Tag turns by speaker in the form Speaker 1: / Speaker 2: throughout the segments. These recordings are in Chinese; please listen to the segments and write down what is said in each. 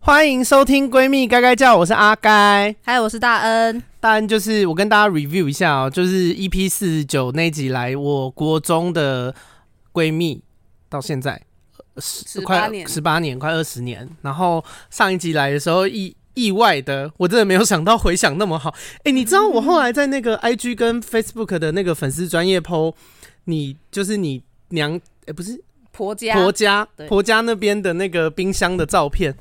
Speaker 1: 欢迎收听《闺蜜该该叫》，我是阿该。
Speaker 2: 嗨，我是大恩。
Speaker 1: 当然，就是我跟大家 review 一下哦，就是 EP 四十九那集来，我国中的闺蜜到现在呃十
Speaker 3: 18
Speaker 1: 快
Speaker 3: 年
Speaker 1: 十八年，快二十年。然后上一集来的时候意意外的，我真的没有想到回响那么好。哎，你知道我后来在那个 IG 跟 Facebook 的那个粉丝专业 PO，你就是你娘，哎，不是
Speaker 3: 婆家
Speaker 1: 婆家
Speaker 3: 对
Speaker 1: 婆家那边的那个冰箱的照片，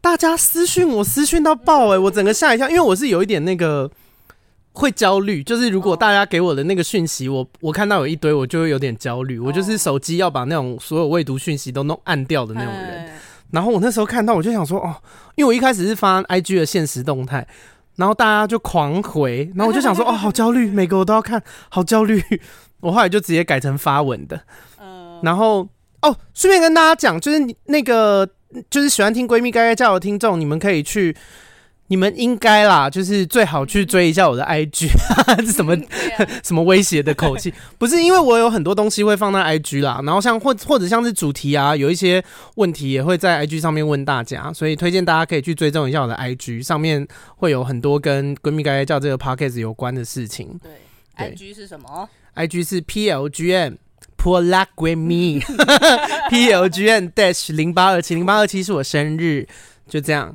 Speaker 1: 大家私讯我私讯到爆哎、我整个吓一跳，因为我是有一点那个会焦虑，就是如果
Speaker 3: 哦
Speaker 1: 大家给我的那个讯息，我我看到有一堆，我就会有点焦虑，我
Speaker 3: 哦
Speaker 1: 就是手机要把那种所有未读讯息都弄按掉的那种人。
Speaker 3: 哎
Speaker 1: 然后我那时候看到，我就想说哦，因为我一开始是发 IG 的现实动态。然后大家就狂回，然后我就想 说，哦，好焦虑，每个我都要看，好焦虑。 我后来就直接改成发文的，
Speaker 3: 嗯
Speaker 1: 然后哦，顺便跟大家讲，就是你那个就是喜欢听闺蜜该该叫的听众，你们可以去，你们应该啦，就是最好去追一下我的 IG，这什么
Speaker 3: 对啊
Speaker 1: 什么威胁的口气，不是因为我有很多东西会放在 IG 啦，然后像或或者像是主题啊，有一些问题也会在 IG 上面问大家，所以推荐大家可以去追踪一下我的 IG，上面会有很多跟闺蜜该该叫这个 podcast 有关的事情对
Speaker 3: 对，IG 是什么？
Speaker 1: ，IG 是 PLGM。泼辣闺蜜 ，P L G N dash 零八二七零八二七是我生日，就这样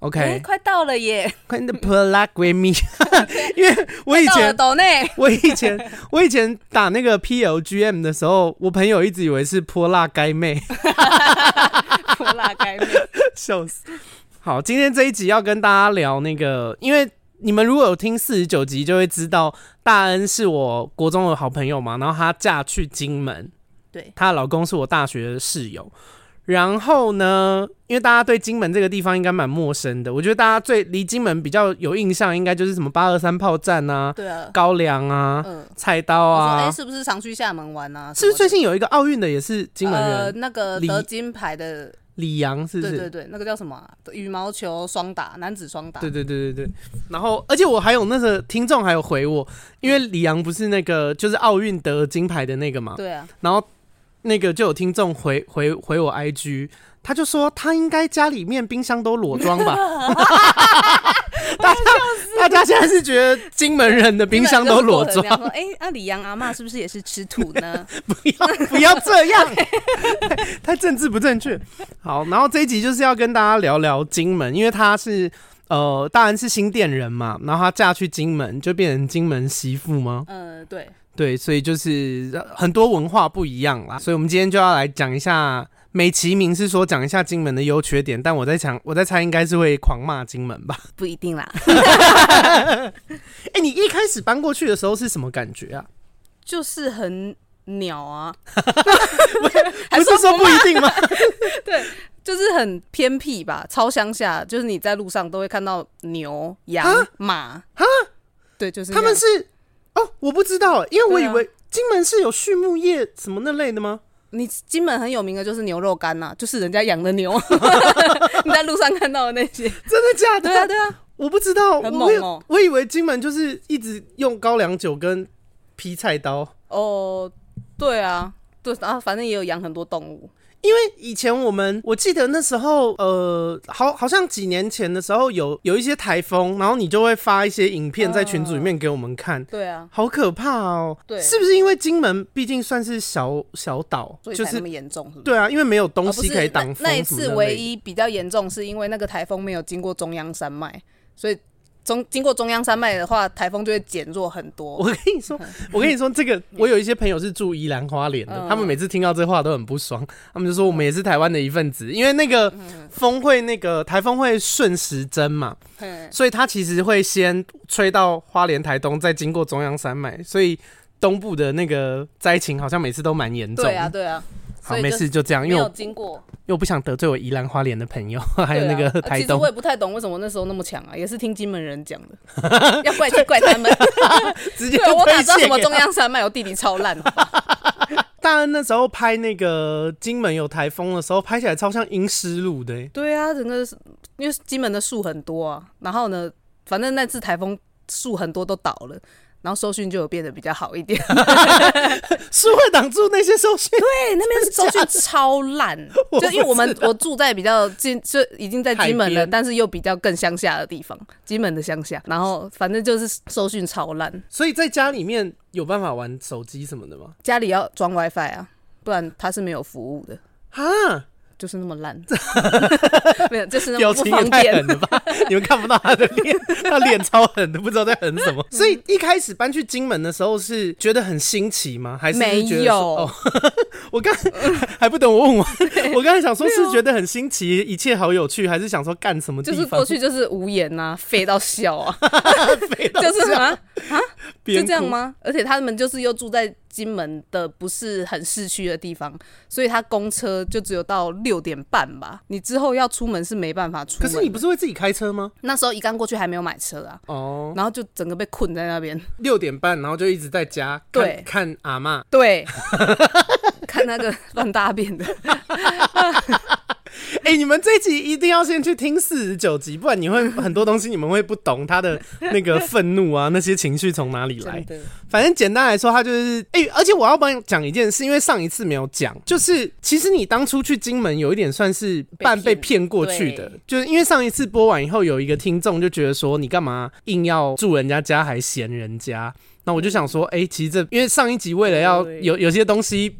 Speaker 3: 哎，
Speaker 1: ，OK，
Speaker 3: 快到了耶！
Speaker 1: 快点泼辣闺 蜜，因为我以
Speaker 3: 到了
Speaker 1: 前
Speaker 3: 抖 内，
Speaker 1: 我以前我以前打那个 P L G M 的时候，我朋友一直以为是泼辣该妹，,
Speaker 3: 我拉开面。
Speaker 1: 笑死。好，今天这一集要跟大家聊那个，因为你们如果有听四十九集，就会知道大恩是我国中的好朋友嘛，然后她嫁去金门，
Speaker 3: 对，
Speaker 1: 她的老公是我大学的室友。然后呢，因为大家对金门这个地方应该蛮陌生的，我觉得大家最离金门比较有印象，应该就是什么八二三炮战啊、
Speaker 3: 对啊，
Speaker 1: 高粱啊、
Speaker 3: 嗯，
Speaker 1: 菜刀
Speaker 3: 我说
Speaker 1: 啊，
Speaker 3: 哎，是不是常去厦门玩啊？
Speaker 1: 是不是最
Speaker 3: 近
Speaker 1: 近有一个奥运的也是金门
Speaker 3: 呃
Speaker 1: 人
Speaker 3: 那个
Speaker 1: 李
Speaker 3: 得金牌的？
Speaker 1: 李阳，是不
Speaker 3: 对
Speaker 1: 是？
Speaker 3: 对对，那个叫什么啊？羽毛球双打，男子双打。
Speaker 1: 对对对对对。然后，而且我还有那个听众还有回我，因为李阳不是那个就是奥运得金牌的那个嘛，
Speaker 3: 对啊，
Speaker 1: 然后那个就有听众回回回我 IG，他就说他应该家里面冰箱都裸装吧。大家大家现在是觉得金门人的冰箱都裸
Speaker 3: 基
Speaker 1: 装
Speaker 3: 本，上就是我很娘说哎，那李阳阿妈是不是也是吃土 呢？
Speaker 1: 不要不要这样， 太政治不正确。好，然后这一集就是要跟大家聊聊金门，因为她是呃，当然是新店人嘛，然后她嫁去金门就变成金门媳妇吗？
Speaker 3: 嗯，对，
Speaker 1: 对，所以就是呃很多文化不一样啦，所以我们今天就要来讲一下。美其名是说讲一下金门的优缺点，但我在想，我在猜应该是会狂骂金门吧。
Speaker 3: 不一定啦。
Speaker 1: 哎、你一开始搬过去的时候是什么感觉啊？
Speaker 3: 就是很鸟 啊，
Speaker 1: 不是说不一定吗？
Speaker 3: 就是很偏僻吧，超乡下，就是你在路上都会看到牛、羊
Speaker 1: 啊、
Speaker 3: 马对，就是
Speaker 1: 他们
Speaker 3: 那样
Speaker 1: 是哦，我不知道，因为我
Speaker 3: 对
Speaker 1: 以
Speaker 3: 啊
Speaker 1: 为金门是有畜牧业什么那类的吗？
Speaker 3: 你金门很有名的就是牛肉干呐、就是人家养 的牛，你在路上看到的那些，
Speaker 1: 真的假的？
Speaker 3: 对啊对啊，
Speaker 1: 我不知道，
Speaker 3: 很
Speaker 1: 我以
Speaker 3: 猛哦
Speaker 1: 我以为金门就是一直用高粱酒跟劈菜刀，
Speaker 3: 哦，对啊，对啊，反正也有养很多动物，
Speaker 1: 因为以前我们我记得那时候呃，好好像几年前的时候有有一些台风，然后你就会发一些影片在群组里面给我们看。
Speaker 3: 对啊，
Speaker 1: 好可怕哦！
Speaker 3: 对
Speaker 1: 是不是因为金门毕竟算是小小岛，
Speaker 3: 所以
Speaker 1: 就
Speaker 3: 才那
Speaker 1: 是
Speaker 3: 么严重，是不是？
Speaker 1: 对啊，因为没有东
Speaker 3: 哦不
Speaker 1: 西
Speaker 3: 是
Speaker 1: 可以挡风、
Speaker 3: 那。那一次唯一比较严重，是因为那个台风没有经过中央山脉，所以中经过中央山脉的话，台风就会减弱很多。
Speaker 1: 我跟你说，我跟你说， 这个我有一些朋友是住宜兰花莲的，
Speaker 3: 嗯
Speaker 1: 他们每次听到这话都很不爽，他们就说我们也是台湾的一份子，因为那个风会那个台风会顺时针嘛，
Speaker 3: 嗯
Speaker 1: 所以它其实会先吹到花莲、台东，再经过中央山脉，所以东部的那个灾情好像每次都蛮严重。
Speaker 3: 对啊，，对啊，
Speaker 1: 好，
Speaker 3: 所以
Speaker 1: 没
Speaker 3: 就
Speaker 1: 事就这样，
Speaker 3: 没
Speaker 1: 啊因为我
Speaker 3: 有经过，
Speaker 1: 因为我不想得罪我宜兰花莲的朋友， 还有那
Speaker 3: 对
Speaker 1: 个
Speaker 3: 啊呃
Speaker 1: 台
Speaker 3: 其实
Speaker 1: 东
Speaker 3: 我，也不太懂为什么那时候那么强啊，也是听金门人讲的， 要怪就怪 他们。
Speaker 1: 直接
Speaker 3: 对啊，我哪
Speaker 1: 推
Speaker 3: 知道什
Speaker 1: 卸
Speaker 3: 么
Speaker 1: 给
Speaker 3: 中央山脉，我地理超烂。
Speaker 1: 大恩那时候拍那个金门有台风的时候，拍起来超像阴湿路的、欸。
Speaker 3: 对啊，整个是因为金门的树很多啊，然后呢，反正那次台风树很多都倒了，然后收讯就有变得比较好一点。
Speaker 1: 是会挡住哎那些收讯。
Speaker 3: 对，那边 收讯超烂，
Speaker 1: 我
Speaker 3: 就因为
Speaker 1: 不
Speaker 3: 我们
Speaker 1: 知道
Speaker 3: 我住在比较近，就已经在
Speaker 1: 海
Speaker 3: 金门了，
Speaker 1: 边
Speaker 3: 但是又比较更乡下的地方，金门的乡下。然后反正就是收讯超烂，
Speaker 1: 所以在家里面有办法玩手机什么的吗？
Speaker 3: 家里要装 WiFi 啊，不然它是没有服务的，
Speaker 1: 啊，
Speaker 3: 就是那么 烂，没有，就是那
Speaker 1: 表
Speaker 3: 么不
Speaker 1: 情也
Speaker 3: 方
Speaker 1: 太
Speaker 3: 便
Speaker 1: 狠。了吧！ 你们看不到他的 脸，他脸超狠的，不知道在狠什么。所以一开始搬去金门的时候是觉得很新奇吗？还是
Speaker 3: 没
Speaker 1: 觉得说
Speaker 3: 有
Speaker 1: 哦、 我刚还不等我问完，我刚才想说是觉得很新奇，一切好有趣，还啊是想说干什么地
Speaker 3: 就
Speaker 1: 方？
Speaker 3: 是过去就是无言呐、啊， 废到笑啊，
Speaker 1: 飞到
Speaker 3: 就是啊，
Speaker 1: 边
Speaker 3: 就这样
Speaker 1: 哭？
Speaker 3: 吗？而且他们就是又住在金门的不是很市区的地方，所以他公车就只有到六点半吧。你之后要出门是没办法出
Speaker 1: 可
Speaker 3: 门。
Speaker 1: 是你不是会自己开车吗？
Speaker 3: 那时候一刚过去还没有买车啊，
Speaker 1: 哦，
Speaker 3: 然后就整个被困在那边。
Speaker 1: 六点半，然后就一直在家看
Speaker 3: 对
Speaker 1: 看阿嬷。
Speaker 3: 对， 看那个乱大便的，
Speaker 1: 哎、你们这一集一定要先去听四十九集，不然你会很多东西你们会不懂他的那个愤怒啊，那些情绪从哪里来
Speaker 3: 真。的
Speaker 1: 反正简单来说，他就是哎、而且我要帮你讲一件事，因为上一次没有讲，就是其实你当初去金门有一点算是半被
Speaker 3: 被骗
Speaker 1: 骗过去的
Speaker 3: 对，
Speaker 1: 就是因为上一次播完以后，有一个听众就觉得说你干嘛硬要住人家家还嫌人家。那我就想说，哎、其实这因为上一集为了要
Speaker 3: 对
Speaker 1: 有有些东西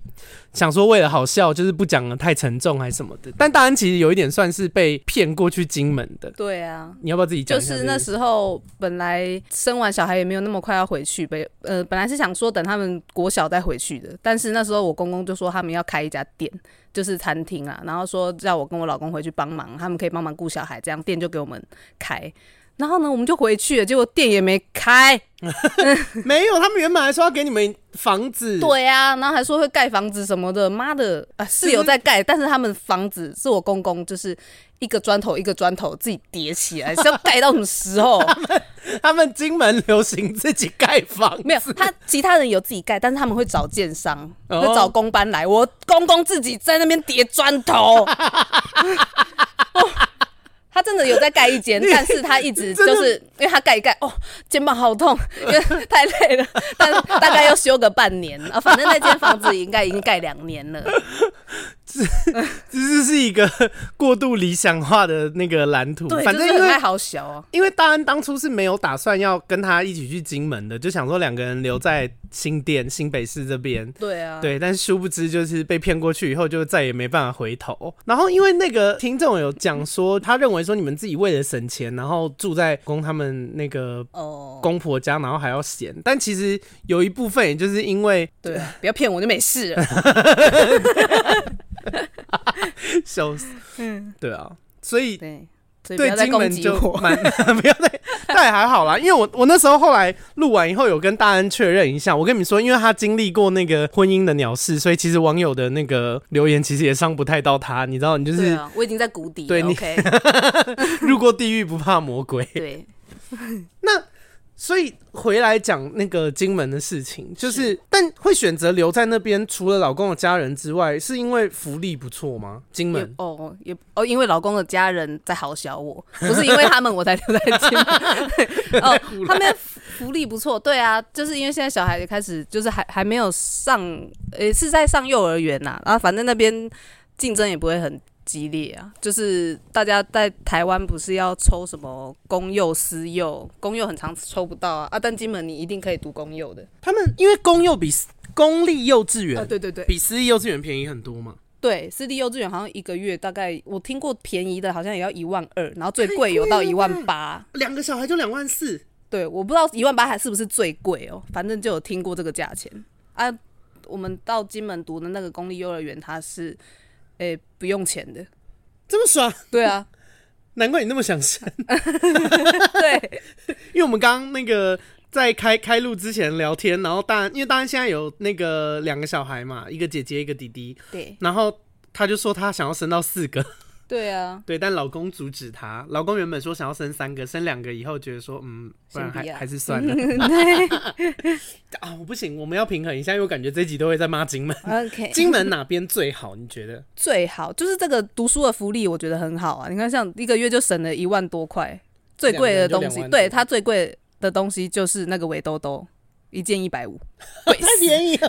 Speaker 1: 想说为了好笑，就是不讲的太沉重还是什么的。但大安其实有一点算是被骗过去金门的，
Speaker 3: 对啊。
Speaker 1: 你要不要自己讲
Speaker 3: 就
Speaker 1: 一下这件事？
Speaker 3: 是那时候本来生完小孩也没有那么快要回去呗，呃，本来是想说等他们国小再回去的，但是那时候我公公就说他们要开一家店，就是餐厅啊，然后说叫我跟我老公回去帮忙，他们可以帮忙顾小孩，这样店就给我们开。然后呢，我们就回去了，结果店也没开。
Speaker 1: 没有，他们原本还说要给你们房子，
Speaker 3: 对啊，然后还说会盖房子什么的，妈的啊是有在盖，但是他们房子是我公公就是一个砖头一个砖头自己叠起来，是要盖到什么时候？
Speaker 1: 他们金门流行自己盖房，
Speaker 3: 没有，他其他人有自己盖，但是他们会找建商，
Speaker 1: 哦
Speaker 3: 会找工班来。我公公自己在那边叠砖头。 哦他真的有在盖一 间，但是他一直就是因为他盖一盖，哦，肩膀好痛，因为太累了， 但大概要休个半年啊。反正那间房子应该已经盖两 年了，
Speaker 1: 这是一个过度理想化的那个蓝图。
Speaker 3: 对，
Speaker 1: 反正
Speaker 3: 就是
Speaker 1: 因
Speaker 3: 很爱
Speaker 1: 为
Speaker 3: 好小哦。
Speaker 1: 因为大安当初是没有打算要跟他一起去金门的，就想说两个人留在新店新北市这边。
Speaker 3: 对啊，
Speaker 1: 对，但是殊不知就是被骗过去以后，就再也没办法回头。然后因为那个听众有讲说，他认为说你们自己为了省钱，然后住在公他们那个
Speaker 3: 哦，
Speaker 1: 公婆家，然后还要嫌。但其实有一部分也就是因为
Speaker 3: 对啊，不要骗我就没事了。
Speaker 1: 笑死，嗯，对啊，所以
Speaker 3: 对，所以不
Speaker 1: 对
Speaker 3: 要再
Speaker 1: 金
Speaker 3: 攻
Speaker 1: 门
Speaker 3: 击
Speaker 1: 就
Speaker 3: 我。
Speaker 1: 蛮 不要再，但也还好啦，因为我我那时候后来录完以后有跟大恩确认一下，我跟你们说，因为他经历过那个婚姻的鸟事，所以其实网友的那个留言其实也伤不太到他，你知道，你就
Speaker 3: 对
Speaker 1: 是
Speaker 3: 啊，我已经在谷底了。
Speaker 1: 对你
Speaker 3: OK，
Speaker 1: 入过地狱不怕魔鬼，
Speaker 3: 对，
Speaker 1: 所以回来讲那个金门的事情，就是但会选择留在那边，除了老公的家人之外，是因为福利不错吗？金
Speaker 3: 也
Speaker 1: 门
Speaker 3: 哦，也哦，因为老公的家人在好小我，不是因为他们我才留在金门。哦， 他们福利不错，对啊，就是因为现在小孩也开始就是还还没有上，也是在上幼儿园呐、啊，然后反正那边竞争也不会很激烈啊，就是大家在台湾不是要抽什么公幼、私幼，公幼很常抽不到啊，啊，但金门你一定可以读公幼的
Speaker 1: 他们因为公幼比私公立幼稚园、
Speaker 3: 啊，对对对，
Speaker 1: 比私立幼稚园便宜很多嘛。
Speaker 3: 对，私立幼稚园好像一个月大概，我听过便宜的，好像也要一万二，然后最贵有到一万八。
Speaker 1: 两个小孩就两万四，
Speaker 3: 对，我不知道一万八还是不是最贵哦，反正就有听过这个价钱啊。我们到金门读的那个公立幼儿园，它是诶、不用钱的。
Speaker 1: 这么爽，
Speaker 3: 对啊，
Speaker 1: 难怪你那么想生。
Speaker 3: 对，
Speaker 1: 因为我们刚刚那个在开开录之前聊天，然后大安因为大安现在有那个两个小孩嘛，一个姐姐一个弟弟，
Speaker 3: 对，
Speaker 1: 然后他就说他想要生到四个，
Speaker 3: 对啊，
Speaker 1: 对，但老公阻止他，老公原本说想要生三个，生两个以后觉得说嗯，不然
Speaker 3: 先不
Speaker 1: 还
Speaker 3: 要
Speaker 1: 还是算 了啊，我不行，我们要平衡一下，因为我感觉这一集都会在骂 金门，
Speaker 3: OK，
Speaker 1: 金门哪边最好？你觉得？
Speaker 3: 最好就是这个读书的福利，我觉得很好啊。你看，像一个月就省了一万多块，最贵的东
Speaker 1: 两个人就
Speaker 3: 西，
Speaker 1: 两万多
Speaker 3: 对它最贵的东西就是那个围兜兜，一件一百五，贵
Speaker 1: 太
Speaker 3: 死，
Speaker 1: 便宜了，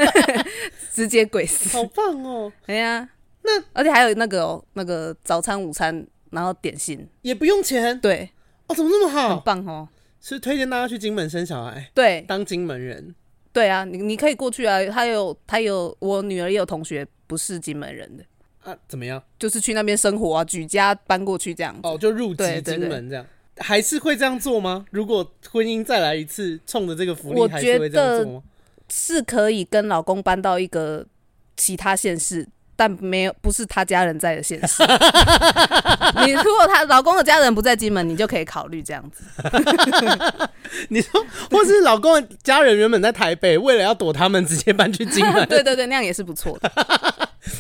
Speaker 3: 直接贵死。
Speaker 1: 好棒哦！
Speaker 3: 哎呀，那而且还有那个哦、那个早餐、午餐，然后点心，
Speaker 1: 也不用钱
Speaker 3: 对，
Speaker 1: 哦，怎么那么
Speaker 3: 很
Speaker 1: 好？
Speaker 3: 棒哦。
Speaker 1: 是推荐大家去金门生小孩，
Speaker 3: 对
Speaker 1: 当金门人。
Speaker 3: 对啊，你你可以过去啊。他有他有，我女儿也有同学不是金门人的，
Speaker 1: 啊，怎么样？
Speaker 3: 就是去那边生活啊，举家搬过去这样子。
Speaker 1: 哦，就入籍
Speaker 3: 对对
Speaker 1: 金
Speaker 3: 对
Speaker 1: 门这样，还是会这样做吗？如果婚姻再来一次，冲着这个福利，
Speaker 3: 我
Speaker 1: 还是会这样
Speaker 3: 觉得
Speaker 1: 做吗？
Speaker 3: 是可以跟老公搬到一个其他县市，但没有不是他家人在的县 市。 你如果他老公的家人不在金门，你就可以考虑这样子。
Speaker 1: 你说， 或是老公的家人原本在台北，为了要躲他们，直接搬去金 门，
Speaker 3: 对对对，那样也是不错 的。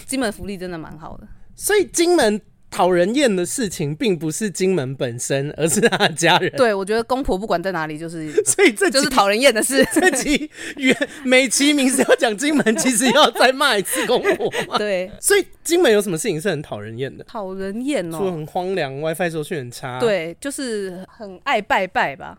Speaker 3: 金门福利真的蛮好的，
Speaker 1: 所以金门讨人厌的事情，并不是金门本身，而是他的家人。
Speaker 3: 对我觉得公婆不管在哪里， 就是
Speaker 1: 所以这集、
Speaker 3: 就是讨人厌的事。
Speaker 1: 这集原美其名是要讲金门，其实要再骂一次公婆嘛。
Speaker 3: 对，
Speaker 1: 所以金门有什么事情是很讨人厌的？
Speaker 3: 讨人厌
Speaker 1: 说
Speaker 3: 哦。
Speaker 1: 很荒凉，WiFi 收讯很差，，
Speaker 3: 对，就是很爱拜拜吧，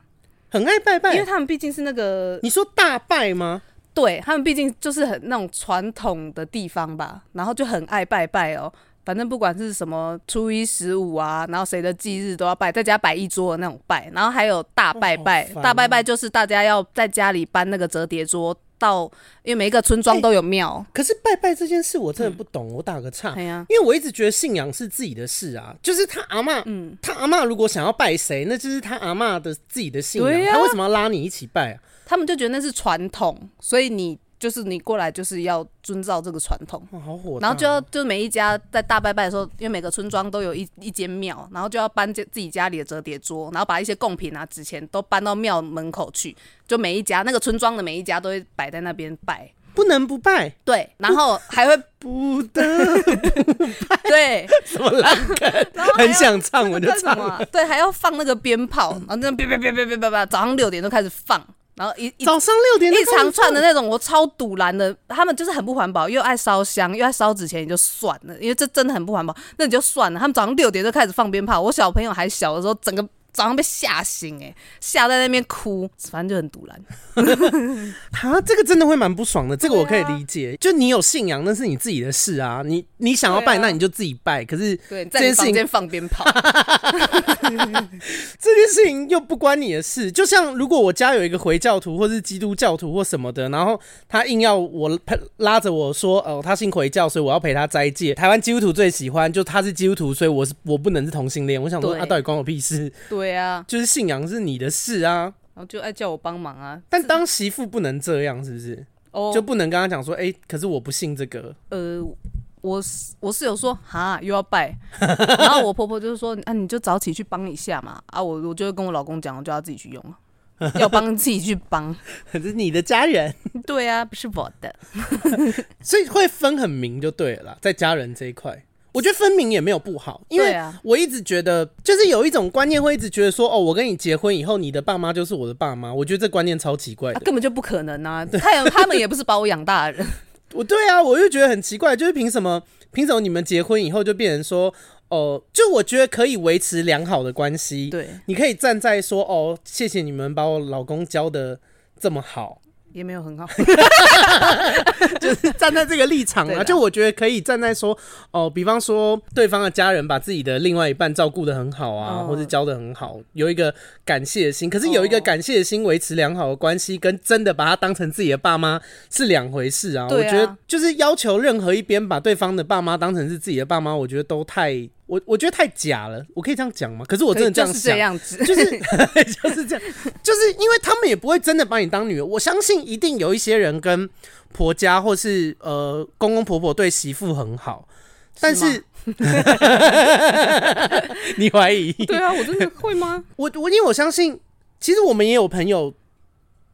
Speaker 1: 很爱拜
Speaker 3: 因
Speaker 1: 拜。
Speaker 3: 为他们毕竟是那个，
Speaker 1: 你说大拜吗？
Speaker 3: 对他们毕竟就是很那种传统的地方吧，然后就很爱拜拜哦。反正不管是什么初一十五啊，然后谁的忌日都要拜，在家摆一桌的那种拜，然后还有大拜拜
Speaker 1: 哦好，烦哦
Speaker 3: 大拜拜就是大家要在家里搬那个折叠桌到，因为每一个村
Speaker 1: 哎
Speaker 3: 庄都有庙，
Speaker 1: 可是拜拜这件事我真的不懂，我打个岔。
Speaker 3: 哎呀、
Speaker 1: 因为我一直觉得信仰是自己的事啊，就是他阿嬷，
Speaker 3: 嗯
Speaker 1: 他阿嬷如果想要拜谁，那就是他阿嬷的自己的信仰，
Speaker 3: 对啊
Speaker 1: 他为什么要拉你一起拜啊？
Speaker 3: 他们就觉得那是传统，所以你就是你过来就是要遵照这个传统。
Speaker 1: 哇，好火大！
Speaker 3: 然后就要就每一家在大拜拜的时候，因为每个村庄都有一一间庙，然后就要搬家自己家里的折叠桌，然后把一些贡品啊、纸钱都搬到庙门口去，就每一家那个村庄的每一家都会摆在那边拜。
Speaker 1: 不能不拜，
Speaker 3: 对，然后还会
Speaker 1: 不 得
Speaker 3: 对，
Speaker 1: 什么烂梗，
Speaker 3: 然后还
Speaker 1: 很
Speaker 3: 要
Speaker 1: 想唱我就
Speaker 3: 那什
Speaker 1: 唱
Speaker 3: 么
Speaker 1: 了。
Speaker 3: 啊，对，还要放那个鞭炮，然后那边别别别别别别，早上六点就开始放，然后一一
Speaker 1: 早上六点就
Speaker 3: 一
Speaker 1: 开始
Speaker 3: 长串的那种，我超堵拦的。他们就是很不环保，又爱烧香，又爱烧纸钱，也就算了，因为这真的很不环保。那你就算了。他们早上六点就开始放鞭炮，我小朋友还小的时候，整个早上被吓醒、欸，吓在那边哭，反正就很堵拦。
Speaker 1: 啊，这个真的会蛮不爽的，这个我可以
Speaker 3: 对啊
Speaker 1: 理解。就你有信仰，那是你自己的事啊，你你想要拜，
Speaker 3: 对啊
Speaker 1: 那你就自己拜。可是
Speaker 3: 对，
Speaker 1: 这
Speaker 3: 在
Speaker 1: 件
Speaker 3: 你
Speaker 1: 事
Speaker 3: 房
Speaker 1: 情
Speaker 3: 间放鞭炮，
Speaker 1: 这件事情又不关你的事。就像如果我家有一个回教徒或是基督教徒或什么的，然后他硬要我陪拉着我说，哦、他信回教，所以我要陪他斋戒。台湾基督徒最喜欢，就他是基督徒，所以我是我不能是同性恋。我想说，
Speaker 3: 对
Speaker 1: 啊，到底关我屁事？
Speaker 3: 对啊，
Speaker 1: 就是信仰是你的事啊。
Speaker 3: 然后就爱叫我帮忙啊。
Speaker 1: 但当媳妇不能这样，是不是？
Speaker 3: 哦，
Speaker 1: 就不能跟他讲说，哎、可是我不信这个。
Speaker 3: 呃，我是我室友说哈又要拜，然后我婆婆就是说啊你就早起去帮一下嘛啊我我就会跟我老公讲，我就要自己去用了。要帮自己去帮，
Speaker 1: 可是你的家人，
Speaker 3: 对啊，不是我的，
Speaker 1: 所以会分很明就对了啦，在家人这一块，我觉得分明也没有不好，因
Speaker 3: 对
Speaker 1: 为
Speaker 3: 啊
Speaker 1: 我一直觉得，就是有一种观念会一直觉得说，哦，我跟你结婚以后，你的爸妈就是我的爸妈，我觉得这观念超奇怪
Speaker 3: 啊
Speaker 1: 的。
Speaker 3: 根本就不可能啊！他也他们也不是把我养大的人，
Speaker 1: 我对啊，我就觉得很奇怪，就是凭什么？凭什么你们结婚以后就变成说，哦、就我觉得可以维持良好的关系，
Speaker 3: 对，
Speaker 1: 你可以站在说，哦，谢谢你们把我老公教的这么好，
Speaker 3: 也没有很好。
Speaker 1: 站在这个立场
Speaker 3: 对
Speaker 1: 啊，
Speaker 3: 啦
Speaker 1: 就我觉得可以站在说，哦，比方说对方的家人把自己的另外一半照顾的很好啊，
Speaker 3: 哦
Speaker 1: 或者教的很好，有一个感谢的心。可是有一个
Speaker 3: 哦
Speaker 1: 感谢的心维持良好的关系，跟真的把他当成自己的爸妈是两回事啊。我
Speaker 3: 对啊
Speaker 1: 觉得就是要求任何一边把对方的爸妈当成是自己的爸妈，我觉得都太我我觉得太假了。我可以这样讲吗？可是我真的这
Speaker 3: 就
Speaker 1: 样
Speaker 3: 是
Speaker 1: 想啊
Speaker 3: 这。样子，
Speaker 1: 就是就是这样，就是因为他们也不会真的把你当女儿。我相信一定有一些人跟婆家或是呃公公婆婆对媳妇很好，但
Speaker 3: 是吗
Speaker 1: 是 你怀疑？
Speaker 3: 对啊，我真的会吗？
Speaker 1: 我我因为我相信，其实我们也有朋友，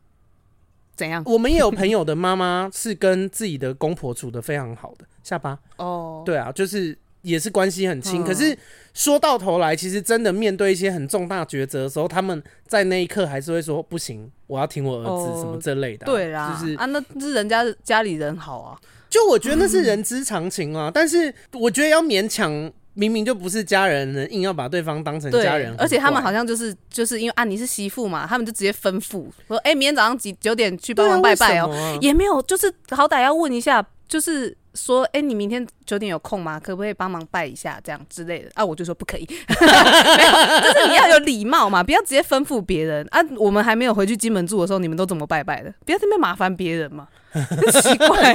Speaker 3: 怎样？
Speaker 1: 我们也有朋友的妈妈是跟自己的公婆处的非常好的下巴。
Speaker 3: 哦，
Speaker 1: 对啊，就是也是关系很亲。
Speaker 3: 嗯
Speaker 1: 可是说到头来，其实真的面对一些很重大抉择的时候，他们在那一刻还是会说不行，我要听我儿子
Speaker 3: 哦
Speaker 1: 什么这类的啊、
Speaker 3: 对啦，
Speaker 1: 就是
Speaker 3: 啊，那是人家家里人好啊，嗯
Speaker 1: 就我觉得那是人之常情啊。但是我觉得要勉强明明就不是家人的，硬要把对方当成
Speaker 3: 对
Speaker 1: 家人，，
Speaker 3: 而且他们好
Speaker 1: 像
Speaker 3: 像就是就是因为啊你是媳妇嘛，他们就直接吩咐说，哎、明天早上几九点去
Speaker 1: 啊
Speaker 3: 帮忙拜拜哦、
Speaker 1: 嗯
Speaker 3: 也没有，就是好歹要问一下，就是说，哎、你明天九点有空吗？可不可以帮忙拜一下这样之类的？啊，我就说不可以， 没有，就是你要有礼貌嘛，不要直接吩咐别人啊。我们还没有回去金门住的时候，你们都怎么拜拜的？不要这边麻烦别人嘛，奇怪，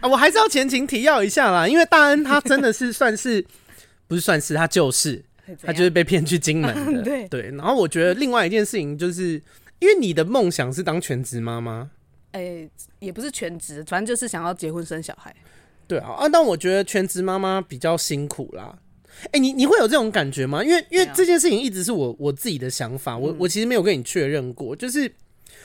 Speaker 1: 啊，我还是要前情提要一下啦，因为大恩他真的是算是 不是算是他就是他就是被骗去金门的，
Speaker 3: 对
Speaker 1: 对。然后我觉得另外一件事情就是，因为你的梦想是当全职妈妈，
Speaker 3: 哎、也不是全职，反正就是想要结婚生小孩。
Speaker 1: 对啊啊，但我觉得全职妈妈比较辛苦啦。哎、你你会有这种感觉吗？因为因为
Speaker 3: 没有嗯
Speaker 1: 这件事情一直是我我自己的想法，我我其实没有跟你确认过，就是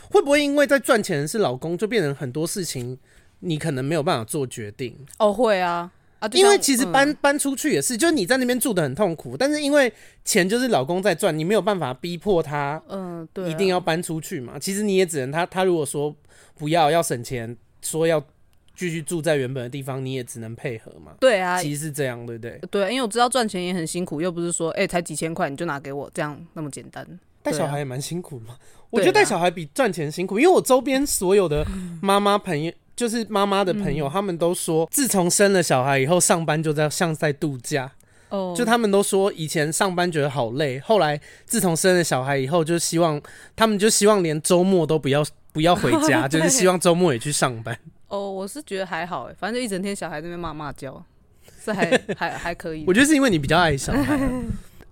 Speaker 1: 会不会因为在赚钱的是老公，就变成很多事情你可能没有办法做决定。
Speaker 3: 哦，会啊啊，就
Speaker 1: 因为
Speaker 3: 像
Speaker 1: 其实
Speaker 3: 嗯
Speaker 1: 搬、搬出去也是，就是你在那边住的很痛苦，但是因为钱就是老公在赚，你没有办法逼迫他
Speaker 3: 嗯、对啊、
Speaker 1: 一定要搬出去嘛。其实你也只能他他如果说不要要省钱，说要继续住在原本的地方，你也只能配合嘛。
Speaker 3: 对啊，
Speaker 1: 其实是这样，对不对？
Speaker 3: 对，啊因为我知道赚钱也很辛苦，又不是说哎、才几千块你就拿给我这样那么简单。
Speaker 1: 带
Speaker 3: 对
Speaker 1: 小
Speaker 3: 啊
Speaker 1: 孩也蛮辛苦嘛。我觉得带小孩比赚钱辛苦，因为我周边所有的妈妈朋友，就是妈妈的朋
Speaker 3: 嗯
Speaker 1: 友，他们都说，自从生了小孩以后，上班就在像在度假。
Speaker 3: 哦
Speaker 1: 就他们都说以前上班觉得好累，后来自从生了小孩以后，就希望他们就希望连周末都不要不要回 家，就是希望周末也去上班。
Speaker 3: 哦，我是觉得还好哎，反正就一整天小孩在那边骂骂叫，是 还还还可以
Speaker 1: 我。觉得是因为你比较爱小孩 啊。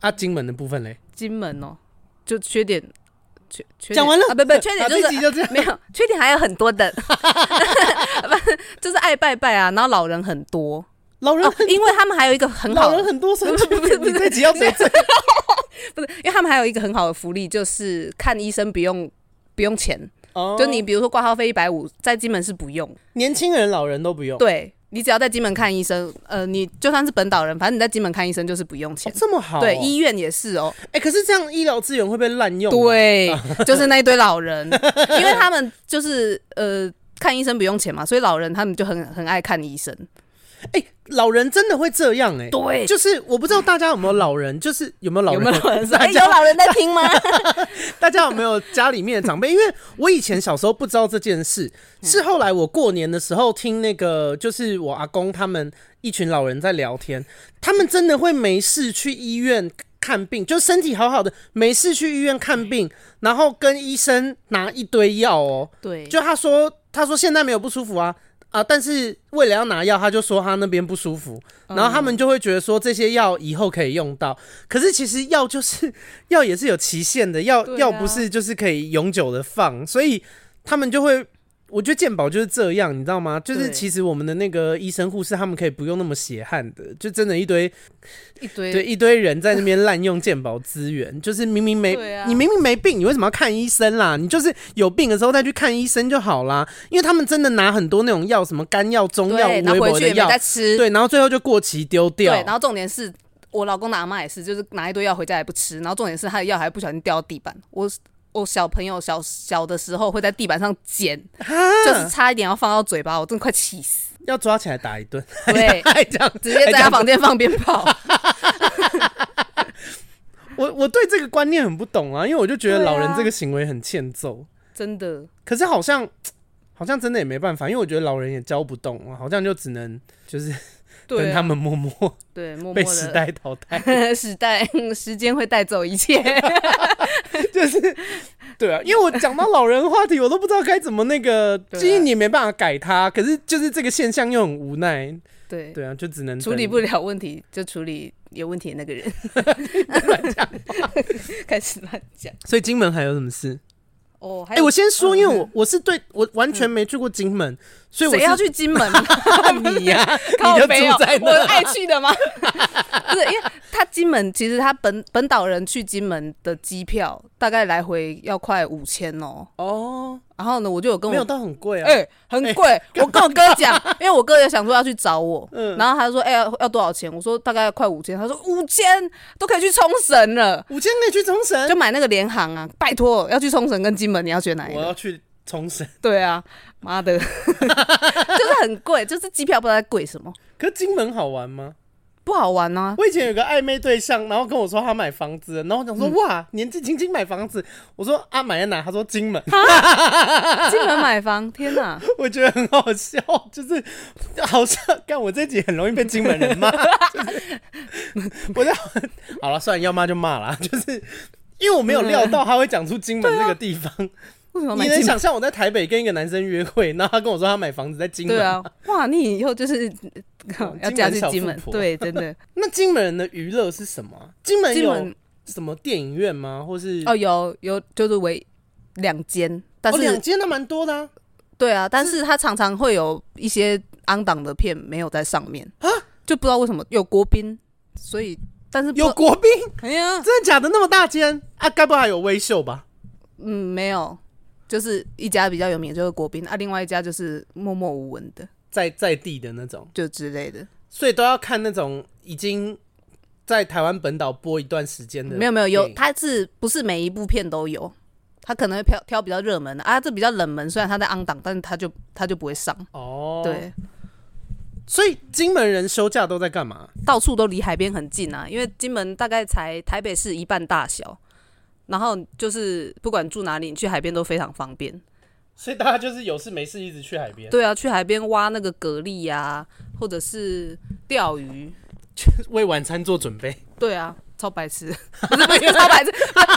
Speaker 1: 啊，金门的部分嘞，
Speaker 3: 金门哦，就缺点缺缺点
Speaker 1: 讲完了
Speaker 3: 啊，不不，缺点就
Speaker 1: 啊这集
Speaker 3: 是。
Speaker 1: 就这样。
Speaker 3: 没有缺点还有很 多的，就是爱拜拜啊，然后老人很多
Speaker 1: 老人
Speaker 3: 哦，因为他们还有一个很好
Speaker 1: 老
Speaker 3: 的
Speaker 1: 人很多，所以
Speaker 3: 不是不
Speaker 1: 你
Speaker 3: 是
Speaker 1: 这集要得罪。
Speaker 3: 不是，因为他们还有一个很好的福利，就是看医生不用不用钱，
Speaker 1: 哦
Speaker 3: 就你比如说挂号费一百五，在金门是不用，
Speaker 1: 年轻人、老人都不用，
Speaker 3: 对你只要在金门看医生，呃，你就算是本岛人，反正你在金门看医生就是不用
Speaker 1: 哦
Speaker 3: 钱。
Speaker 1: 这么好哦。
Speaker 3: 对，医院也是哦，
Speaker 1: 哎，可是这样医疗资源会被滥用。，啊
Speaker 3: 对， 就是那一堆老人，因为他们就是呃看医生不用钱嘛，所以老人他们就很很爱看医生。
Speaker 1: 哎，老人真的会这样哎。
Speaker 3: 对，
Speaker 1: 就是我不知道大家有没有老人，就是有没有老
Speaker 3: 有
Speaker 1: 人
Speaker 3: 没有老 人说？
Speaker 1: 大
Speaker 3: 哎，
Speaker 1: 家
Speaker 3: 有老人在 听吗？
Speaker 1: 大家有没有家里面的长辈？因为我以前小时候不知道这件事，是后来我过年的时候听那个，就是我阿公他们一群老人在聊天，他们真的会没事去医院看病，就身体好好的没事去医院看病，然后跟医生拿一堆药哦。
Speaker 3: 对，
Speaker 1: 就他说，他说现在没有不舒服啊。啊！但是为了要拿药，他就说他那边不舒服，
Speaker 3: 嗯
Speaker 1: 然后他们就会觉得说这些药以后可以用到。可是其实药就是药也是有期限的，药
Speaker 3: 对啊
Speaker 1: 药不是就是可以永久的放，所以他们就会，我觉得健保就是这样，你知道吗？就是
Speaker 3: 对
Speaker 1: 其实我们的那个医生护士他们可以不用那么血汗的，就真的一堆
Speaker 3: 一堆
Speaker 1: 对一堆人在那边滥用健保资源，就是明明没、
Speaker 3: 对啊
Speaker 1: 你明明没病，你为什么要看医生啦？你就是有病的时候再去看医生就好啦。因为他们真的拿很多那种药，什么肝药、中药、
Speaker 3: 对，
Speaker 1: 无
Speaker 3: 然
Speaker 1: 微
Speaker 3: 后回
Speaker 1: 博
Speaker 3: 去
Speaker 1: 的
Speaker 3: 也没
Speaker 1: 药
Speaker 3: 在，吃。
Speaker 1: 对，然后最后就过期丢掉。
Speaker 3: 对，然后重点是我老公的阿妈也是，就是拿一堆药回家也不吃，然后重点是他的药还不小心掉到地板。我我小朋友小小的时候会在地板上捡，
Speaker 1: 嗯
Speaker 3: 就是差一点要放到嘴巴，我真的快气死。
Speaker 1: 要抓起来打一顿，
Speaker 3: 对
Speaker 1: 还这样
Speaker 3: 直接在他房间放鞭
Speaker 1: 哎
Speaker 3: 炮，
Speaker 1: 我我对这个观念很不懂啊，因为我就觉得
Speaker 3: 对啊
Speaker 1: 老人这个行为很欠揍。
Speaker 3: 真的。
Speaker 1: 可是好像好像真的也没办法，因为我觉得老人也教不动，啊好像就只能就是
Speaker 3: 对
Speaker 1: 跟
Speaker 3: 啊，
Speaker 1: 他们默默
Speaker 3: 对默默
Speaker 1: 被
Speaker 3: 的
Speaker 1: 时代淘汰。
Speaker 3: 时代嗯时间会带走一切。
Speaker 1: 对啊，因为我讲到老人话题，我都不知道该怎么那个，
Speaker 3: 对啊
Speaker 1: 就是你也没办法改它，可是就是这个现象又很无奈，
Speaker 3: 对，
Speaker 1: 对啊，就只能
Speaker 3: 处理
Speaker 1: 等
Speaker 3: 不了问题就处理有问题的那个人。 开始乱讲。
Speaker 1: 所以金门还有什么事？
Speaker 3: 哦，还
Speaker 1: 哎、
Speaker 3: 有
Speaker 1: 我先说，
Speaker 3: 嗯
Speaker 1: 因为我我是对我完全没去过金门，所以我
Speaker 3: 谁
Speaker 1: 是
Speaker 3: 要去金门？
Speaker 1: 你啊呀、
Speaker 3: 靠
Speaker 1: 你就
Speaker 3: 北
Speaker 1: 住
Speaker 3: 哦
Speaker 1: 在
Speaker 3: 我
Speaker 1: 那，
Speaker 3: 爱去的吗？ 不是，因为他金门其实他本本岛人去金门的机票大概来回要快五千 哦。
Speaker 1: 哦，
Speaker 3: 然后呢，我就有跟
Speaker 1: 没有
Speaker 3: 我
Speaker 1: 到很贵啊，
Speaker 3: 哎、很贵，我跟我哥讲，因为我哥也想说要去找我，
Speaker 1: 嗯
Speaker 3: 然后他说哎、要要多少钱？我说大概快五千，他说五千都可以去冲绳了。
Speaker 1: 五千可以去冲绳，
Speaker 3: 就买那个联航啊！拜托，要去冲绳跟金门，你要选哪一
Speaker 1: 我
Speaker 3: 个？
Speaker 1: 要去冲绳。
Speaker 3: 对啊，妈 的，就是很贵，就是机票不知道在贵什么。
Speaker 1: 可是金门好玩吗？
Speaker 3: 不好玩啊呢、
Speaker 1: 我以前有个暧昧对象，然后跟我说他买房子了，然后我想
Speaker 3: 嗯
Speaker 1: 说、哇，年纪轻轻买房子，我说啊买在哪？他说金门，
Speaker 3: 进门买房，天哪！
Speaker 1: 我觉得很好笑，就是好像干我这集很容易被金门人骂， 就是我就好了，算了，要骂就骂啦，就是因为我没有料到他会讲出金门
Speaker 3: 啊
Speaker 1: 这个地方，
Speaker 3: 为什么买
Speaker 1: 你能
Speaker 3: 进门？
Speaker 1: 想象我在台北跟一个男生约会，然后他跟我说他买房子在金门，
Speaker 3: 对啊，哇，你以后就是
Speaker 1: 哦
Speaker 3: 要
Speaker 1: 金
Speaker 3: 嫁
Speaker 1: 门
Speaker 3: 去
Speaker 1: 小
Speaker 3: 金
Speaker 1: 富
Speaker 3: 门，
Speaker 1: 婆
Speaker 3: 对，真的。
Speaker 1: 那金门人的娱乐是什么啊？金门
Speaker 3: 金
Speaker 1: 有
Speaker 3: 门
Speaker 1: 什么电影院吗？或是
Speaker 3: 哦，有有就是为两间，但
Speaker 1: 哦，
Speaker 3: 是、
Speaker 1: 两间那蛮多的、啊。
Speaker 3: 对啊，但是它常常会有一些昂档的片没有在上面就不知道为什么有国宾，所以但是不
Speaker 1: 有国 宾，
Speaker 3: 哎呀，
Speaker 1: 真的假的那么大间啊？该不会还有微秀吧？
Speaker 3: 嗯，没有，就是一家比较有名的就是国宾啊，另外一家就是默默无闻的，
Speaker 1: 在在地的那种，
Speaker 3: 就之类的。
Speaker 1: 所以都要看那种已经在台湾本岛播一段时间的。哎
Speaker 3: 没有没有，有
Speaker 1: 他
Speaker 3: 它是不是每一部片都有？它可能会挑挑比较热门的啊，这比较冷门，虽然它在昂档，但是它就它就不会上。
Speaker 1: 哦，，
Speaker 3: 对，
Speaker 1: 所以金门人休假都在干嘛？
Speaker 3: 到处都离海边很近啊，因为金门大概才台北市一半大小，然后就是不管住哪里，你去海边都非常方便。
Speaker 1: 所以大家就是有事没事一直去海边。
Speaker 3: 对啊，去海边挖那个蛤蜊呀、啊，或者是钓鱼。
Speaker 1: 为晚餐做准备。
Speaker 3: 对啊，超白痴，不是不是超白痴，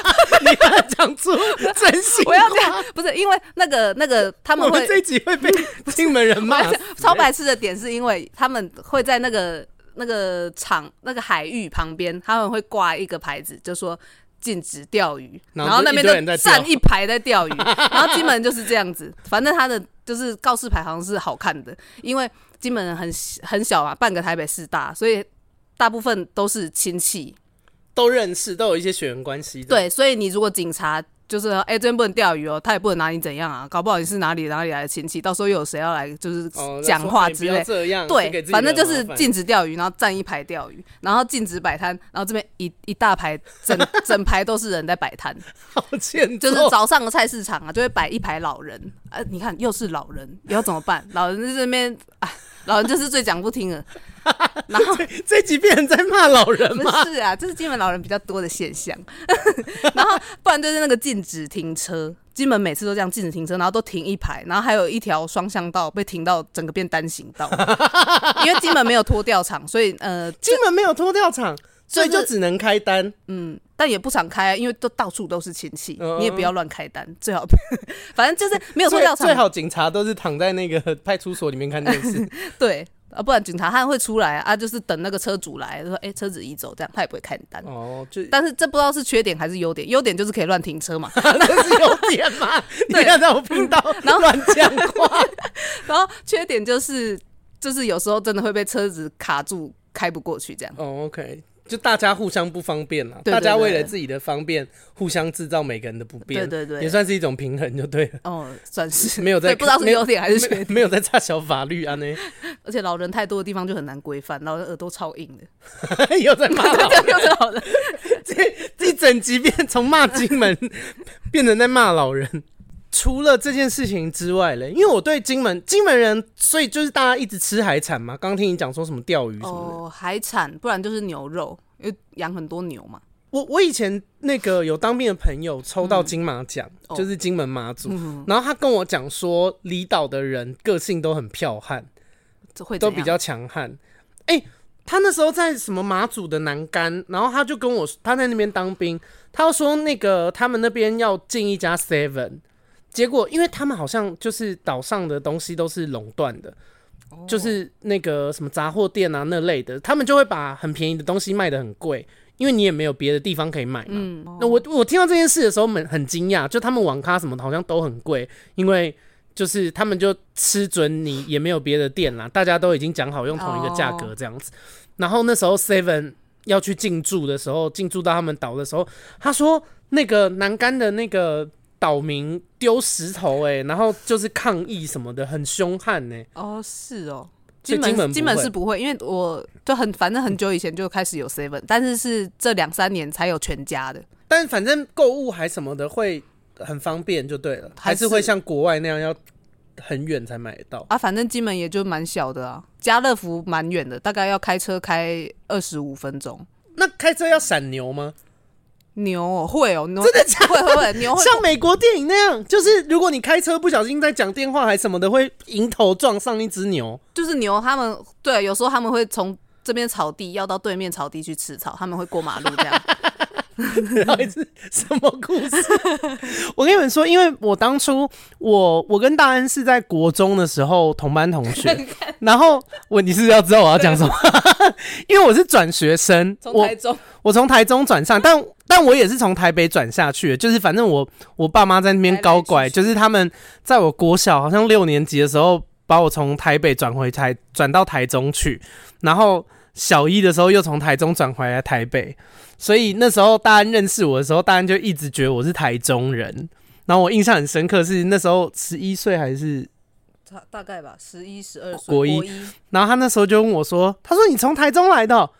Speaker 1: 你要讲出真心话，
Speaker 3: 我要这样，不是因为那个那个他
Speaker 1: 我
Speaker 3: 们
Speaker 1: 们
Speaker 3: 会
Speaker 1: 这一集会 被金门人骂死。欸
Speaker 3: 超白痴的点是因为他们会在那个那个场那个海域旁边，他们会挂一个牌子，就说禁止钓鱼，
Speaker 1: 然
Speaker 3: 然
Speaker 1: 后
Speaker 3: 后
Speaker 1: 就
Speaker 3: 那
Speaker 1: 一堆
Speaker 3: 边
Speaker 1: 人在
Speaker 3: 就
Speaker 1: 钓
Speaker 3: 站一排在钓鱼，然后金门就是这样子，反正他的就是告示牌好像是好看的，因为金门人很很小嘛，半个台北市大，所以大部分都是亲戚，
Speaker 1: 都认识，都有一些血缘关系。，
Speaker 3: 对，所以你如果警察。就是哎、这边不能钓鱼哦，他也不能拿你怎样啊，搞不好你是哪里哪里来的亲戚，到时候又有谁要来就是
Speaker 1: 哦，
Speaker 3: 讲话之类，
Speaker 1: 那说哎不要这样谁给
Speaker 3: 对，
Speaker 1: 自己
Speaker 3: 反正就
Speaker 1: 惹麻
Speaker 3: 是
Speaker 1: 烦
Speaker 3: 禁止钓鱼，然后站一排钓鱼，然后禁止摆摊，然后这边一一大排整 整排都是人在摆摊，
Speaker 1: 好欠
Speaker 3: 就是
Speaker 1: 揍
Speaker 3: 早上的菜市场啊，就会摆一排老人，呃，你看又是老人，以后怎么办？老人在这边，哎，老人就是最讲不 听的，然后
Speaker 1: 这几遍在骂老人
Speaker 3: 不
Speaker 1: 吗？
Speaker 3: 是啊，这是金门老人比较多的现象， 然后不然就是那个禁止停车。金门每次都这样禁止停车，然后都停一排，然后还有一条双向道被停到整个变单行 道，因为金门没有拖吊场，所以呃
Speaker 1: 金门没有拖吊场，所以就只能开单。
Speaker 3: 嗯，但也不常开、啊，因为都到处都是亲戚，
Speaker 1: 嗯
Speaker 3: 你也不要乱开单，最好，反正就是没有说
Speaker 1: 最
Speaker 3: 要
Speaker 1: 最
Speaker 3: 场，
Speaker 1: 好警察都是躺在那个派出所里面看电 视。
Speaker 3: 对啊，不然警察他会出来啊啊，就是等那个车主来，就说哎、车子移走，这样他也不会开单。
Speaker 1: 哦，就
Speaker 3: 但是这不知道是缺点还是优点，优点就是可以乱停车嘛。
Speaker 1: 这是有点嘛？你不要在我频道
Speaker 3: 然后
Speaker 1: 乱讲 话。
Speaker 3: 然后缺点就是就是有时候真的会被车子卡住，开不过去这样。
Speaker 1: 哦，OK。就大家互相不方便啦，
Speaker 3: 对对
Speaker 1: 大家为了
Speaker 3: 对
Speaker 1: 自己的方便，互相制造每个人的不便，
Speaker 3: 对对对
Speaker 1: 也算是一种平衡就对了。
Speaker 3: 哦，算是
Speaker 1: 没有在
Speaker 3: 对，不知道是
Speaker 1: 没有
Speaker 3: 优点还是缺点。
Speaker 1: 没没有在差小法律啊呢，
Speaker 3: 而且老人太多的地方就很难规范，老人耳朵超硬 的，
Speaker 1: 又在骂老
Speaker 3: 对，就是老人。
Speaker 1: 一整集变从骂金门 变成在骂老人。除了这件事情之外嘞，因为我对金门金门人，所以就是大家一直吃海产嘛。刚听你讲说什么钓鱼什么的，
Speaker 3: 哦，海产，不然就是牛肉，因为养很多牛嘛。
Speaker 1: 我我以前那个有当兵的朋友抽到金马奖，
Speaker 3: 哦
Speaker 1: 就是金门马祖，
Speaker 3: 嗯
Speaker 1: 然后他跟我讲说，离岛的人个性都很剽悍，
Speaker 3: 这会
Speaker 1: 都
Speaker 3: 怎
Speaker 1: 比
Speaker 3: 样
Speaker 1: 较强悍。哎、他那时候在什么马祖的南干，然后他就跟我说他在那边当兵，他就说那个他们那边要进一家 Seven，结果因为他们好像就是岛上的东西都是垄断的。
Speaker 3: 哦
Speaker 1: 就是那个什么杂货店啊那类的，他们就会把很便宜的东西卖得很贵，因为你也没有别的地方可以买嘛。
Speaker 3: 嗯，
Speaker 1: 那我我听到这件事的时候，很很惊讶，就他们网咖什么的好像都很贵，因为就是他们就吃准你也没有别的店啦，大家都已经讲好用同一个价
Speaker 3: 哦
Speaker 1: 格这样子。然后那时候 Seven 要去进驻的时候，进驻到他们岛的时候，他说那个南竿的那个岛民丢石头、欸，然后就是抗议什么的，很凶悍呢、
Speaker 3: 哦，是哦，
Speaker 1: 所以
Speaker 3: 金门
Speaker 1: 金门不
Speaker 3: 金门
Speaker 1: 会
Speaker 3: 是不会，因为我就很反正很久以前就开始有 seven，但是是这两三年才有全家的，
Speaker 1: 但反正购物还什么的会很方便就对了，还是会像国外那样要很远才买得到。
Speaker 3: 啊，反正金门也就蛮小的啊，家乐福蛮远的，大概要开车开二十五分钟。
Speaker 1: 那开车要闪牛吗？
Speaker 3: 牛哦，会哦，牛真的会 会会哦牛会
Speaker 1: 像美国电影那样，就是如果你开车不小心在讲电话还什么的，会迎头撞上一只牛。
Speaker 3: 就是牛，他们对有时候他们会从这边草地要到对面草地去吃草，他们会过马路这 样。
Speaker 1: 到底是什么故事？ 我跟你们说，因为我当初我我跟大安是在国中的时候同班同 学，然后 我你是不是要知道我要讲什么？ 因为我是转学生，我
Speaker 3: 中
Speaker 1: 我从台中转上，但但我也是从台北转下去的，就是反正我我爸妈在那边高
Speaker 3: 来
Speaker 1: 拐，
Speaker 3: 来去去
Speaker 1: 就是他们在我国小好像六年级的时候把我从台北转回台转到台中去，然后小一的时候又从台中转回来台北，所以那时候大安认识我的时候，大安就一直觉得我是台中人。然后我印象很深刻是那时候十一岁还是，
Speaker 3: 大大概吧，十一十二
Speaker 1: 国一
Speaker 3: 一
Speaker 1: 然后他那时候就问我说：“他说你从台中来的哦、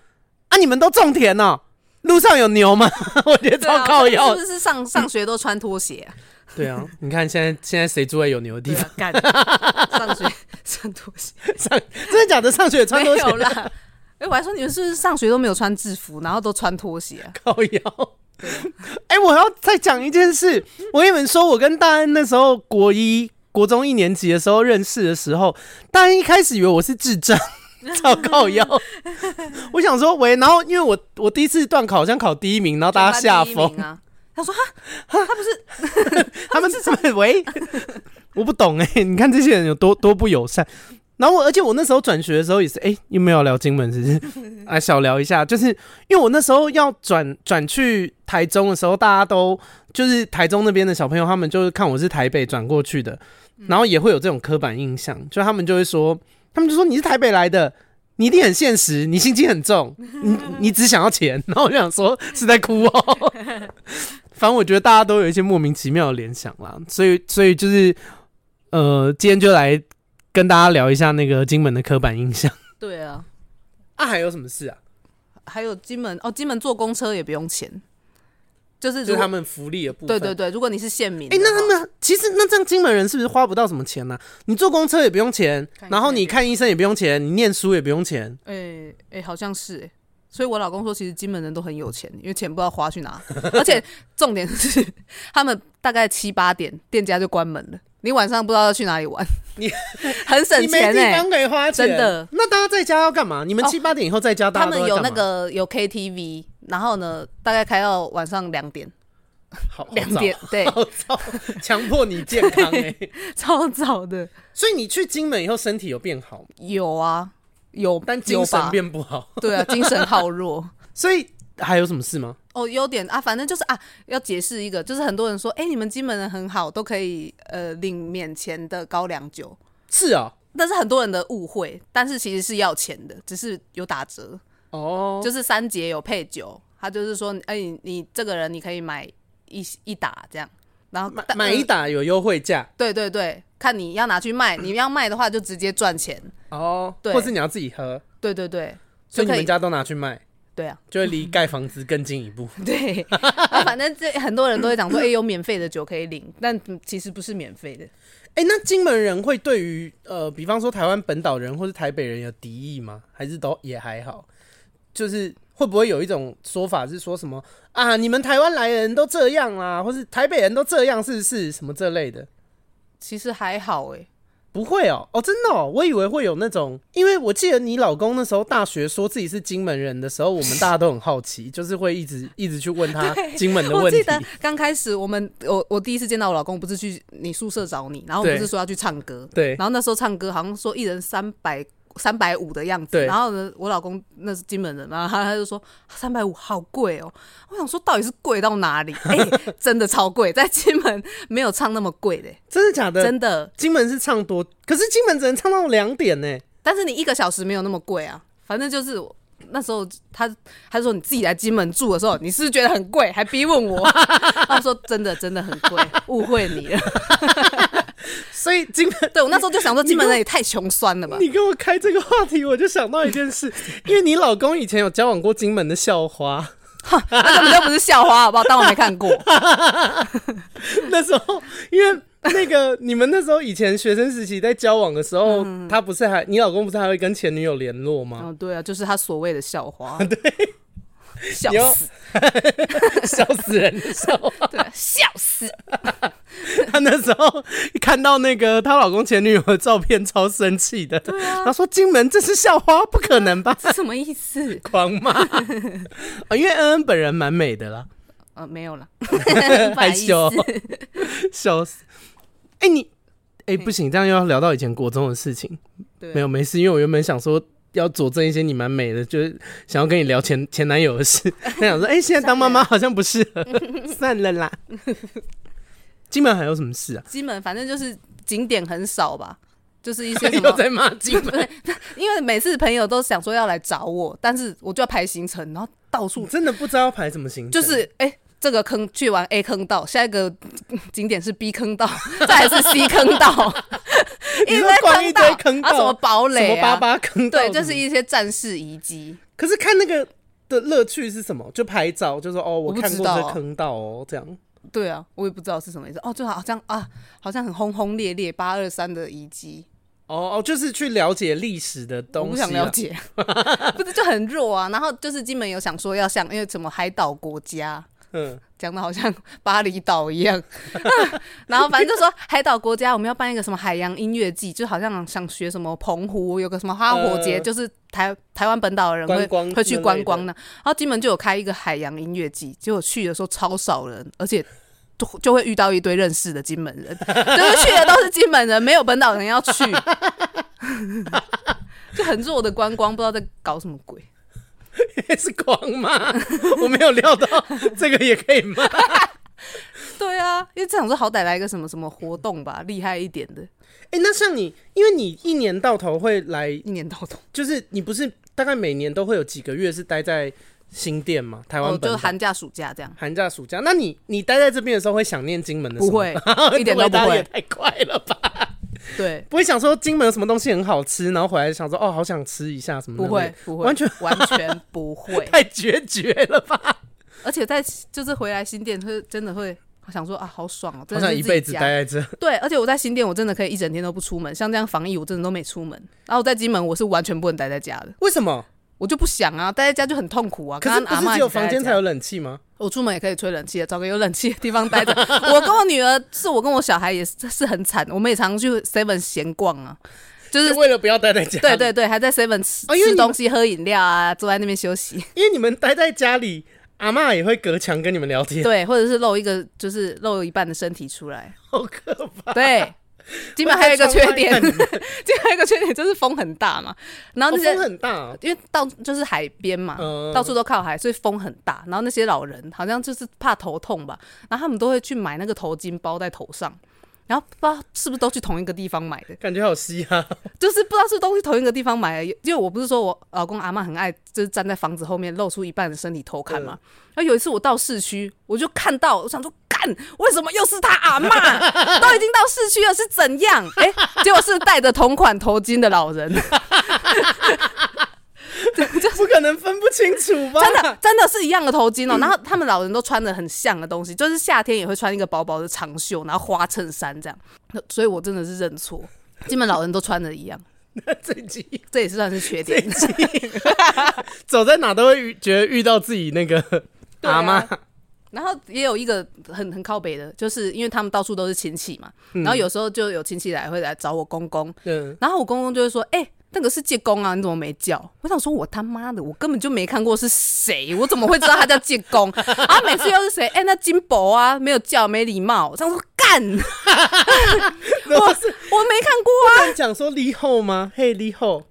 Speaker 1: 啊？你们都种田哦？路上有牛吗？”我觉得
Speaker 3: 对啊
Speaker 1: 超靠
Speaker 3: 是
Speaker 1: 腰
Speaker 3: 不是上上学都穿拖鞋啊？
Speaker 1: 对啊，你看现在现在谁住在有牛的 地
Speaker 3: 对
Speaker 1: 方？
Speaker 3: 啊，干上学穿拖鞋
Speaker 1: 上啊真的假的？上学也 穿拖鞋
Speaker 3: 没有啦。哎、我还说你们是不是上学都没有穿制服，然后都穿拖鞋、啊？
Speaker 1: 靠腰。哎、我要再讲一件事，我跟你们说，我跟大安那时候国一、国中一年级的时候认识的时候，大安一开始以为我是智 障。超靠腰，我想说喂，然后因为我我第一次段考好像考第一名，然后大家吓
Speaker 3: 全班第一
Speaker 1: 疯，
Speaker 3: 名啊！他说哈，
Speaker 1: 他们他们喂， 我不懂哎、 你看这些人有多多不友善。然后我，而且我那时候转学的时候也是，哎、有没有聊金门？只是啊，小聊一下，就是因为我那时候要转转去台中的时候，大家都就是台中那边的小朋友，他们就是看我是台北转过去的，然后也会有这种刻板印象，就他们就会说，他们就说你是台北来的，你一定很现实，你心机很重，你你只想要钱。 然后我就想说是在哭哦，反正我觉得大家都有一些莫名其妙的联想啦，所以所以就是呃，今天就来跟大家聊一下那个金门的刻板印象。
Speaker 3: 对啊，
Speaker 1: 啊，还有什么事啊？
Speaker 3: 还有金门哦，金门坐公车也不用钱，就是
Speaker 1: 就是
Speaker 3: 如果
Speaker 1: 他们福利的部
Speaker 3: 对
Speaker 1: 分。
Speaker 3: 对对，如果你是县民的
Speaker 1: 哎、
Speaker 3: 话，
Speaker 1: 那他们其实那这样金门人是不是花不到什么钱呢、啊你坐公车也不用钱，
Speaker 3: 看医生
Speaker 1: 然后你看医生也不用钱，你念书也不用钱。
Speaker 3: 哎、哎、好像是哎、所以我老公说，其实金门人都很有钱，因为钱不知道花去哪， 而且重点是他们大概七八点店家就关门了，你晚上不知道要去哪里玩，
Speaker 1: 你
Speaker 3: 很省
Speaker 1: 你没
Speaker 3: 钱
Speaker 1: 地
Speaker 3: 哎、
Speaker 1: 方可以花钱，
Speaker 3: 真的。
Speaker 1: 那大家在家要干嘛？你们
Speaker 3: 哦
Speaker 1: 七八点以后在家，大家
Speaker 3: 他们
Speaker 1: 都在
Speaker 3: 有
Speaker 1: 干
Speaker 3: 那
Speaker 1: 嘛
Speaker 3: 个有 KTV，然后呢，大概开到晚上两点，
Speaker 1: 好好
Speaker 3: 两
Speaker 1: 早
Speaker 3: 点对，
Speaker 1: 好早，强迫你健康哎、
Speaker 3: 超早的。
Speaker 1: 所以你去金门以后身体有变好吗，
Speaker 3: 有啊，有，
Speaker 1: 但
Speaker 3: 有
Speaker 1: 精神
Speaker 3: 吧
Speaker 1: 变不好，
Speaker 3: 对啊，精神好弱。
Speaker 1: 所以还有什么事吗？
Speaker 3: 哦，优点啊，反正就是啊，要解释一个，就是很多人说，哎、你们金门人很好，都可以呃领免钱的高粱酒，
Speaker 1: 是哦，
Speaker 3: 那是很多人的误会，但是其实是要钱的，只是有打折，
Speaker 1: 哦，
Speaker 3: 就是三节有配酒，他就是说，哎、你你这个人你可以买一一打这样，然后
Speaker 1: 买
Speaker 3: 但嗯
Speaker 1: 买一打有优惠价
Speaker 3: 对对对，看你要拿去卖，你要卖的话就直接赚钱，
Speaker 1: 哦，
Speaker 3: 对
Speaker 1: 或是你要自己喝，
Speaker 3: 对对对，
Speaker 1: 所
Speaker 3: 就
Speaker 1: 以你
Speaker 3: 可
Speaker 1: 们
Speaker 3: 以，
Speaker 1: 家都拿去卖，
Speaker 3: 对啊，
Speaker 1: 就会离盖房子更近一步。
Speaker 3: 嗯对，啊反正这很多人都会讲说，哎、有免费的酒可以领，但其实不是免费的。
Speaker 1: 哎、那金门人会对于呃，比方说台湾本岛人或是台北人有敌意吗？还是都也还好？就是会不会有一种说法是说什么啊，你们台湾来的人都这样啦，或是台北人都这样，是不是什么这类的？
Speaker 3: 其实还好哎、
Speaker 1: 不会哦，哦，真的哦，我以为会有那种，因为我记得你老公那时候大学说自己是金门人的时候，我们大家都很好奇， 就是会一直一直去问他金门的
Speaker 3: 我
Speaker 1: 问题
Speaker 3: 记。得刚开始我们我我第一次见到我老公，不是去你宿舍找你，然后我们
Speaker 1: 对
Speaker 3: 不是说要去唱歌，
Speaker 1: 对
Speaker 3: 然后那时候唱歌好像说一人三百三百五的样子，
Speaker 1: 对
Speaker 3: 然后呢，我老公那是金门人，然后他他就说三百五好贵哦，我想说到底是贵到哪里？哎、真的超贵，在金门没有唱那么贵 的、欸
Speaker 1: 真的假的？
Speaker 3: 真的。
Speaker 1: 金门是唱多，可是金门只能唱到两点呢。
Speaker 3: 但是你一个小时没有那么贵啊，反正就是我那时候他他说你自己来金门住的时候，你是不是觉得很贵，还逼问我？ 他说真的真的很贵，误会你 了。
Speaker 1: 所以金门
Speaker 3: 对我那时候就想说金门人也太穷酸了吧？
Speaker 1: 你跟我开这个话题，我就想到一件 事，因为你老公以前有交往过金门的校花，
Speaker 3: 那根本就不是校花，好不好？当我没看过。
Speaker 1: 那时候因为那个你们那时候以前学生时期在交往的时候，
Speaker 3: 嗯
Speaker 1: 他不是还你老公不是还会跟前女友联络吗？
Speaker 3: 哦，对啊，就是他所谓的校花，对， 笑
Speaker 1: 你要
Speaker 3: 死，哦
Speaker 1: 笑死人的笑话！
Speaker 3: 对，啊笑死，
Speaker 1: 他那时候看到那个她老公前女友的照片，超生气的。
Speaker 3: 对啊
Speaker 1: 他，说：“金门这是校花，不可能吧
Speaker 3: 这什么意思？”？
Speaker 1: 狂骂、啊因为恩恩本人蛮美的啦，
Speaker 3: 呃，没有 了，不好
Speaker 1: 害
Speaker 3: 意
Speaker 1: 羞
Speaker 3: 思，，
Speaker 1: 笑死！哎、你哎、不行，这样又要聊到以前国中的事情。
Speaker 3: 对，啊
Speaker 1: 没有，没事，因为我原本想说要佐证一些你蛮美的，就是想要跟你聊前 前男友的事。但想说，哎、现在当妈妈好像不适合， 算了啦。金门还有什么事啊？
Speaker 3: 金门反正就是景点很少吧，就是一些什
Speaker 1: 又
Speaker 3: 么。
Speaker 1: 在骂金门，
Speaker 3: 因为每次朋友都想说要来找我，但是我就要排行程，然后到
Speaker 1: 我
Speaker 3: 处
Speaker 1: 真的不知道要排什么行程，
Speaker 3: 就是哎、诶这个坑去完 A 坑道，下一个 嗯景点是 B 坑道， 再来是 C 坑 道，
Speaker 1: 你说
Speaker 3: 堆
Speaker 1: 逛一堆坑
Speaker 3: 坑
Speaker 1: 道
Speaker 3: 啊，什么堡
Speaker 1: 什
Speaker 3: 垒
Speaker 1: 么
Speaker 3: 啊，
Speaker 1: 八八坑道什
Speaker 3: 对，
Speaker 1: 么，
Speaker 3: 就是一些战事遗迹。
Speaker 1: 可是看那个的乐趣是什么？就拍照，就说哦，我
Speaker 3: 我不
Speaker 1: 看
Speaker 3: 知
Speaker 1: 过
Speaker 3: 道
Speaker 1: 这
Speaker 3: 啊
Speaker 1: 坑道哦，这样。
Speaker 3: 对啊，我也不知道是什么意思。哦，就好像啊，好像很轰轰烈烈八二三的遗迹，
Speaker 1: 哦哦，就是去了解历史的
Speaker 3: 我
Speaker 1: 东
Speaker 3: 不
Speaker 1: 西啊。
Speaker 3: 想了解， 不是就很弱啊。然后就是金门有想说要像，因为什么海岛国家，
Speaker 1: 嗯，
Speaker 3: 讲的好像巴厘岛一样。 然后反正就说海岛国家，我们要办一个什么海洋音乐季，就好像想学什么澎湖有个什么花火节，
Speaker 1: 呃
Speaker 3: 就是台台湾本岛的人会
Speaker 1: 观光
Speaker 3: 会去观
Speaker 1: 之
Speaker 3: 光呢。然后金门就有开一个海洋音乐季，结果去的时候超少人，而且。 就就会遇到一堆认识的金门人，就是去的都是金门人，没有本岛人要去， 就很弱的观光，不知道在搞什么鬼。
Speaker 1: 是狂骂，我没有料到这个也可以 骂。
Speaker 3: 对啊，因为这想说好歹来一个什么什么活动吧，厉害一点的，
Speaker 1: 哎、那像你，因为你一年到头会来，
Speaker 3: 一年到头。
Speaker 1: 就是你不是大概每年都会有几个月是待在新店嘛？台湾
Speaker 3: 哦，
Speaker 1: 本岛、
Speaker 3: 就是寒假、暑假这 样，
Speaker 1: 寒假、暑假，那你你待在这边的时候会想念金门的？
Speaker 3: 不，会，一点都不
Speaker 1: 回答也
Speaker 3: 会。
Speaker 1: 太快了吧？
Speaker 3: 对，
Speaker 1: 不会想说金门有什么东西很好吃，然后回来想说哦，好想吃一下什么
Speaker 3: 不
Speaker 1: 的？
Speaker 3: 会，，不会，
Speaker 1: 完全
Speaker 3: 完全 不会。
Speaker 1: 太决绝了吧？
Speaker 3: 而且在就是回来新店，会真的会想说啊，好爽哦、
Speaker 1: 好
Speaker 3: 真的
Speaker 1: 想
Speaker 3: 是
Speaker 1: 一
Speaker 3: 自己
Speaker 1: 辈子
Speaker 3: 家
Speaker 1: 待在这。
Speaker 3: 对，而且我在新店，我真的可以一整天都不出门，像这样防疫，我真的都没出门。然后我在金门，我是完全不能待在家的，
Speaker 1: 为什么？
Speaker 3: 我就不想啊，待在家就很痛苦啊。
Speaker 1: 可是
Speaker 3: 跟
Speaker 1: 不
Speaker 3: 阿
Speaker 1: 是
Speaker 3: 嬷
Speaker 1: 只
Speaker 3: 一
Speaker 1: 有
Speaker 3: 起待
Speaker 1: 房
Speaker 3: 在
Speaker 1: 间
Speaker 3: 家
Speaker 1: 才有冷气吗？
Speaker 3: 我出门也可以吹冷气的，找个有冷气的地方待着。我跟我女儿是我跟我小孩也是是很惨，我们也常去 Seven 闲逛啊，就是
Speaker 1: 就为了不要待在家。
Speaker 3: 对，对对，还在 Seven 吃、
Speaker 1: 哦因为
Speaker 3: 吃
Speaker 1: 你们
Speaker 3: 东西、喝饮料啊，坐在那边休 息。
Speaker 1: 因为你们待在家里，阿嬷也会隔墙跟你们聊天，
Speaker 3: 对，或者是露一个，就是露一半的身体出来。
Speaker 1: 好可 怕。
Speaker 3: 对，基本还有一个缺点，
Speaker 1: 我在窗外看你们
Speaker 3: 基本还有一个缺点就是风很大嘛。然后
Speaker 1: 哦
Speaker 3: 那些、
Speaker 1: 风很大哦，
Speaker 3: 因为到就是海边嘛，
Speaker 1: 嗯
Speaker 3: 到处都靠海，所以风很大。然后那些老人好像就是怕头痛吧，然后他们都会去买那个头巾包在头上。然后不知道是不是都去同一个地方买的，
Speaker 1: 感觉好稀哈。
Speaker 3: 就是不知道是不是都去同一个地方买的。因为我不是说我老公阿嬷很爱，就是站在房子后面露出一半的身体偷看嘛。然后有一次我到市区，我就看到，我想说，干，为什么又是他阿嬷？都已经到市区了，是怎样？哎、结果是戴着同款头巾的老人。
Speaker 1: 不可能分不清楚吧？
Speaker 3: 真的真的是一样的头巾哦、然后他们老人都穿的很像的东西，就是夏天也会穿一个薄薄的长袖，然后花衬衫这样。那所以我真的是认错，基本老人都穿的一样，
Speaker 1: 的，这集
Speaker 3: 这也是算是缺
Speaker 1: 这
Speaker 3: 点。
Speaker 1: 集，走在哪都会遇觉得遇到自己那个
Speaker 3: 对
Speaker 1: 阿
Speaker 3: 啊
Speaker 1: 嬷。
Speaker 3: 然后也有一个很很靠北的，就是因为他们到处都是亲戚嘛，然后有时候就有亲戚来会来找我公公，
Speaker 1: 嗯，
Speaker 3: 然后我公公就会说：“哎、那个是介公啊，你怎么没叫？”我想说，我他妈的，我根本就没看过是谁，我怎么会知道他叫介公？ 啊，每次又是谁？哎、那金伯啊，没有叫，没礼貌。我想说干，我
Speaker 1: 我
Speaker 3: 我没看过啊。
Speaker 1: 不能讲说离后吗？嘿，离后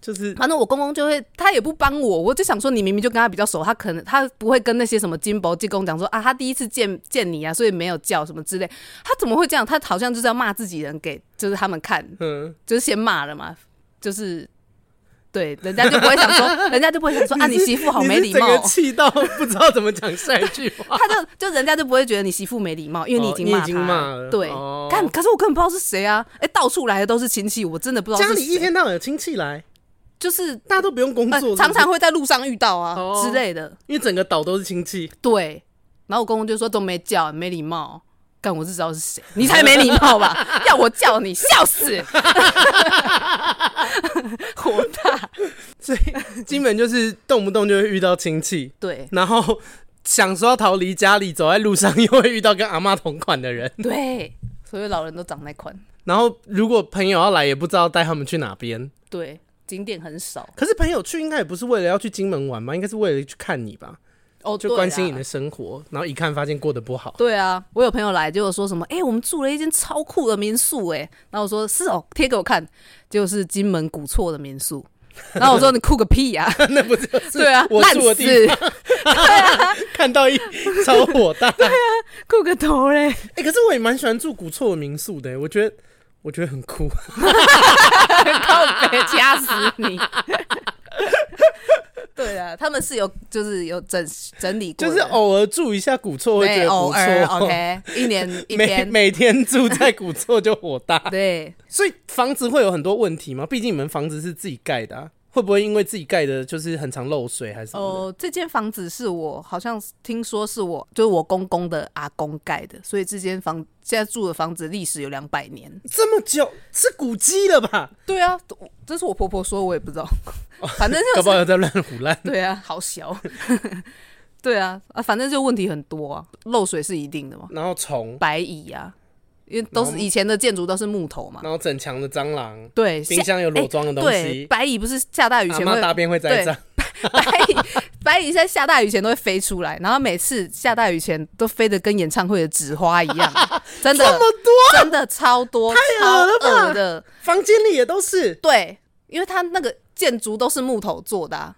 Speaker 1: 就是
Speaker 3: 反正我公公就会，他也不帮我，我就想说，你明明就跟他比较熟，他可能他不会跟那些什么金伯济公讲说啊，他第一次见见你啊，所以没有叫什么之类，他怎么会这样？他好像就是要骂自己人给，就是他们看，
Speaker 1: 嗯，
Speaker 3: 就是先骂了嘛，就是对，人家就不会想说，人家就不会想说啊，你媳妇好没
Speaker 1: 你
Speaker 3: 礼
Speaker 1: 是整
Speaker 3: 貌
Speaker 1: 个
Speaker 3: 哦，
Speaker 1: 气到不知道怎么讲下一句 话。
Speaker 3: 他就就人家就不会觉得你媳妇没礼貌，因为
Speaker 1: 哦
Speaker 3: 已经骂
Speaker 1: 你已
Speaker 3: 他
Speaker 1: 经骂了
Speaker 3: 对
Speaker 1: 哦，
Speaker 3: 看、可是我根本不知道是谁啊，哎、到处来的都是亲戚，我真的不知道
Speaker 1: 家
Speaker 3: 是
Speaker 1: 里一
Speaker 3: 谁，
Speaker 1: 天到晚有亲戚来，
Speaker 3: 就是。
Speaker 1: 大家都不用工
Speaker 3: 呃
Speaker 1: 作，
Speaker 3: 常
Speaker 1: 是
Speaker 3: 常
Speaker 1: 不是
Speaker 3: 会在路上遇到啊、
Speaker 1: 哦
Speaker 3: 之类的，
Speaker 1: 因为整个岛都是亲戚。
Speaker 3: 对，然后我公公就说都没叫，没礼貌，干我是知道是谁，你才没礼貌吧？ 要我叫你，笑死！火大，
Speaker 1: 所以金门就是动不动就会遇到亲戚，
Speaker 3: 对
Speaker 1: 然后想说要逃离家里，走在路上又会遇到跟阿妈同款的人，
Speaker 3: 对，所有老人都长那款，
Speaker 1: 然后如果朋友要来，也不知道带他们去哪边。
Speaker 3: 对，景点很少
Speaker 1: 可是朋友去应该也不是为了要去金门玩吧，应该是为了去看你吧，
Speaker 3: 哦，
Speaker 1: 就
Speaker 3: 对
Speaker 1: 关心你
Speaker 3: 啦
Speaker 1: 的生活，然后一看发现过得不好，
Speaker 3: 对啊，我有朋友来，结果说什么，哎、我们住了一间超酷的民宿、哎，然后我说是哦，贴给我看，就是金门古厝的民宿。然后我说你酷个屁呀、啊！
Speaker 1: 那不 就是
Speaker 3: 对啊，
Speaker 1: 我
Speaker 3: 烂
Speaker 1: 住的
Speaker 3: 死，
Speaker 1: 地方看到一 超火大。
Speaker 3: 酷个头嘞！
Speaker 1: 哎、可是我也蛮喜欢住古厝的民宿的、我觉得我觉得很酷。
Speaker 3: 靠 北掐死你！ 对啊，他们是有就是有整整理 过
Speaker 1: 就
Speaker 3: 的，
Speaker 1: 是偶尔住一下古厝会觉
Speaker 3: 对
Speaker 1: 得
Speaker 3: 偶
Speaker 1: 不
Speaker 3: 尔
Speaker 1: 错。
Speaker 3: OK，一年一
Speaker 1: 每
Speaker 3: 天，
Speaker 1: 每天住在古厝就火
Speaker 3: 啊
Speaker 1: 大，
Speaker 3: 对，
Speaker 1: 所以房子会有很多问题吗？毕竟你们房子是自己盖的、啊，会不会因为自己盖的就是很常漏水还是什么的？
Speaker 3: 哦，这间房子是我好像听说是我就是我公公的阿公盖的，所以这间房现在住的房子历史有两百年。
Speaker 1: 这么久是古迹了 吧？
Speaker 3: 对啊，我这是我婆婆说，我也不知道， 反正
Speaker 1: 搞
Speaker 3: 就
Speaker 1: 不
Speaker 3: 是
Speaker 1: 好在乱胡乱。
Speaker 3: 对啊，好小。 对啊，啊，反正就问题很多啊，漏水是一定的嘛，
Speaker 1: 然后虫，
Speaker 3: 白蚁啊，因为都
Speaker 1: 然后
Speaker 3: 是以前的建筑都是木头嘛，
Speaker 1: 然后整墙的蟑螂，
Speaker 3: 对，
Speaker 1: 冰
Speaker 3: 下
Speaker 1: 箱有裸装的东
Speaker 3: 对，
Speaker 1: 西，
Speaker 3: 白蚁不是下大雨
Speaker 1: 阿
Speaker 3: 前
Speaker 1: 妈
Speaker 3: 会
Speaker 1: 大便会栽
Speaker 3: 对
Speaker 1: 赃。
Speaker 3: 白蚁， 白蚁在下大雨前都会飞出来，然后每次下大雨前都飞得跟演唱会的纸花一 样，真的，
Speaker 1: 这么多
Speaker 3: 真的超多，
Speaker 1: 太
Speaker 3: 超
Speaker 1: 恶了吧
Speaker 3: 恶的，
Speaker 1: 房间里也都是，
Speaker 3: 对，因为它那个建筑都是木头做的、啊，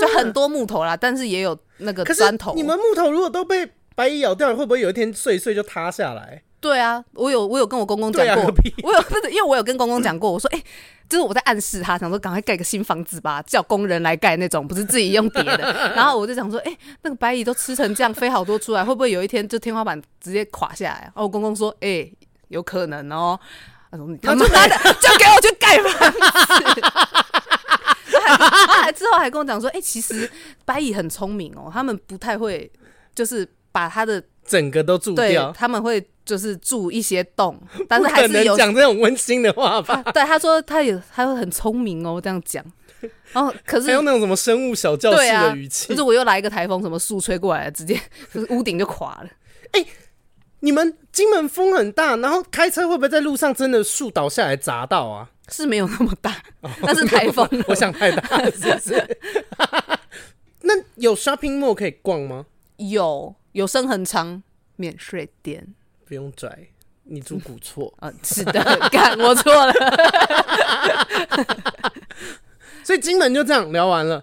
Speaker 3: 就很多木头啦，但是也有那个
Speaker 1: 可是
Speaker 3: 砖头。啊
Speaker 1: 你们木头如果都被白蚁咬掉，会不会有一天碎一碎就塌下来？
Speaker 3: 对啊，我有我有跟我公公讲
Speaker 1: 对啊
Speaker 3: 过，
Speaker 1: 何必
Speaker 3: 我有不是因为我有跟公公讲过，我说哎、就是我在暗示他，想说赶快盖个新房子吧，叫工人来盖那种，不是自己用叠 的。然后我就想说，哎、那个白蚁都吃成这样，飞好多出来，会不会有一天就天花板直接垮下来？然后我公公说，哎、有可能哦。他说你他妈的就给我去盖房子。他还他还之后还跟我讲说，哎、其实白蚁很聪明哦，他们不太会就是把它的
Speaker 1: 整个都蛀
Speaker 3: 对
Speaker 1: 掉，，
Speaker 3: 他们会就是住一些洞，但
Speaker 1: 不
Speaker 3: 是还
Speaker 1: 可
Speaker 3: 是
Speaker 1: 能
Speaker 3: 有。
Speaker 1: 讲这种温馨的话吧？
Speaker 3: 啊对，他说他也他会很聪明哦，这样讲。然 后可
Speaker 1: 还
Speaker 3: 是
Speaker 1: 用那种什么生物小教室
Speaker 3: 对啊
Speaker 1: 的语，气
Speaker 3: 可是？我又来一个台风，什么树吹过来，直接 就是屋顶就垮了。
Speaker 1: 你们金门风很大，然后开车会不会在路上真的树倒下来砸到 啊？
Speaker 3: 是没有那么大，那是台风。
Speaker 1: 我想太大了，哦 是不是？那有 shopping mall 可以逛吗？
Speaker 3: 有有声很长免税店
Speaker 1: 不用拽，你住古厝，
Speaker 3: 啊、是的， 干我错了。
Speaker 1: 所以金门就这样聊完了，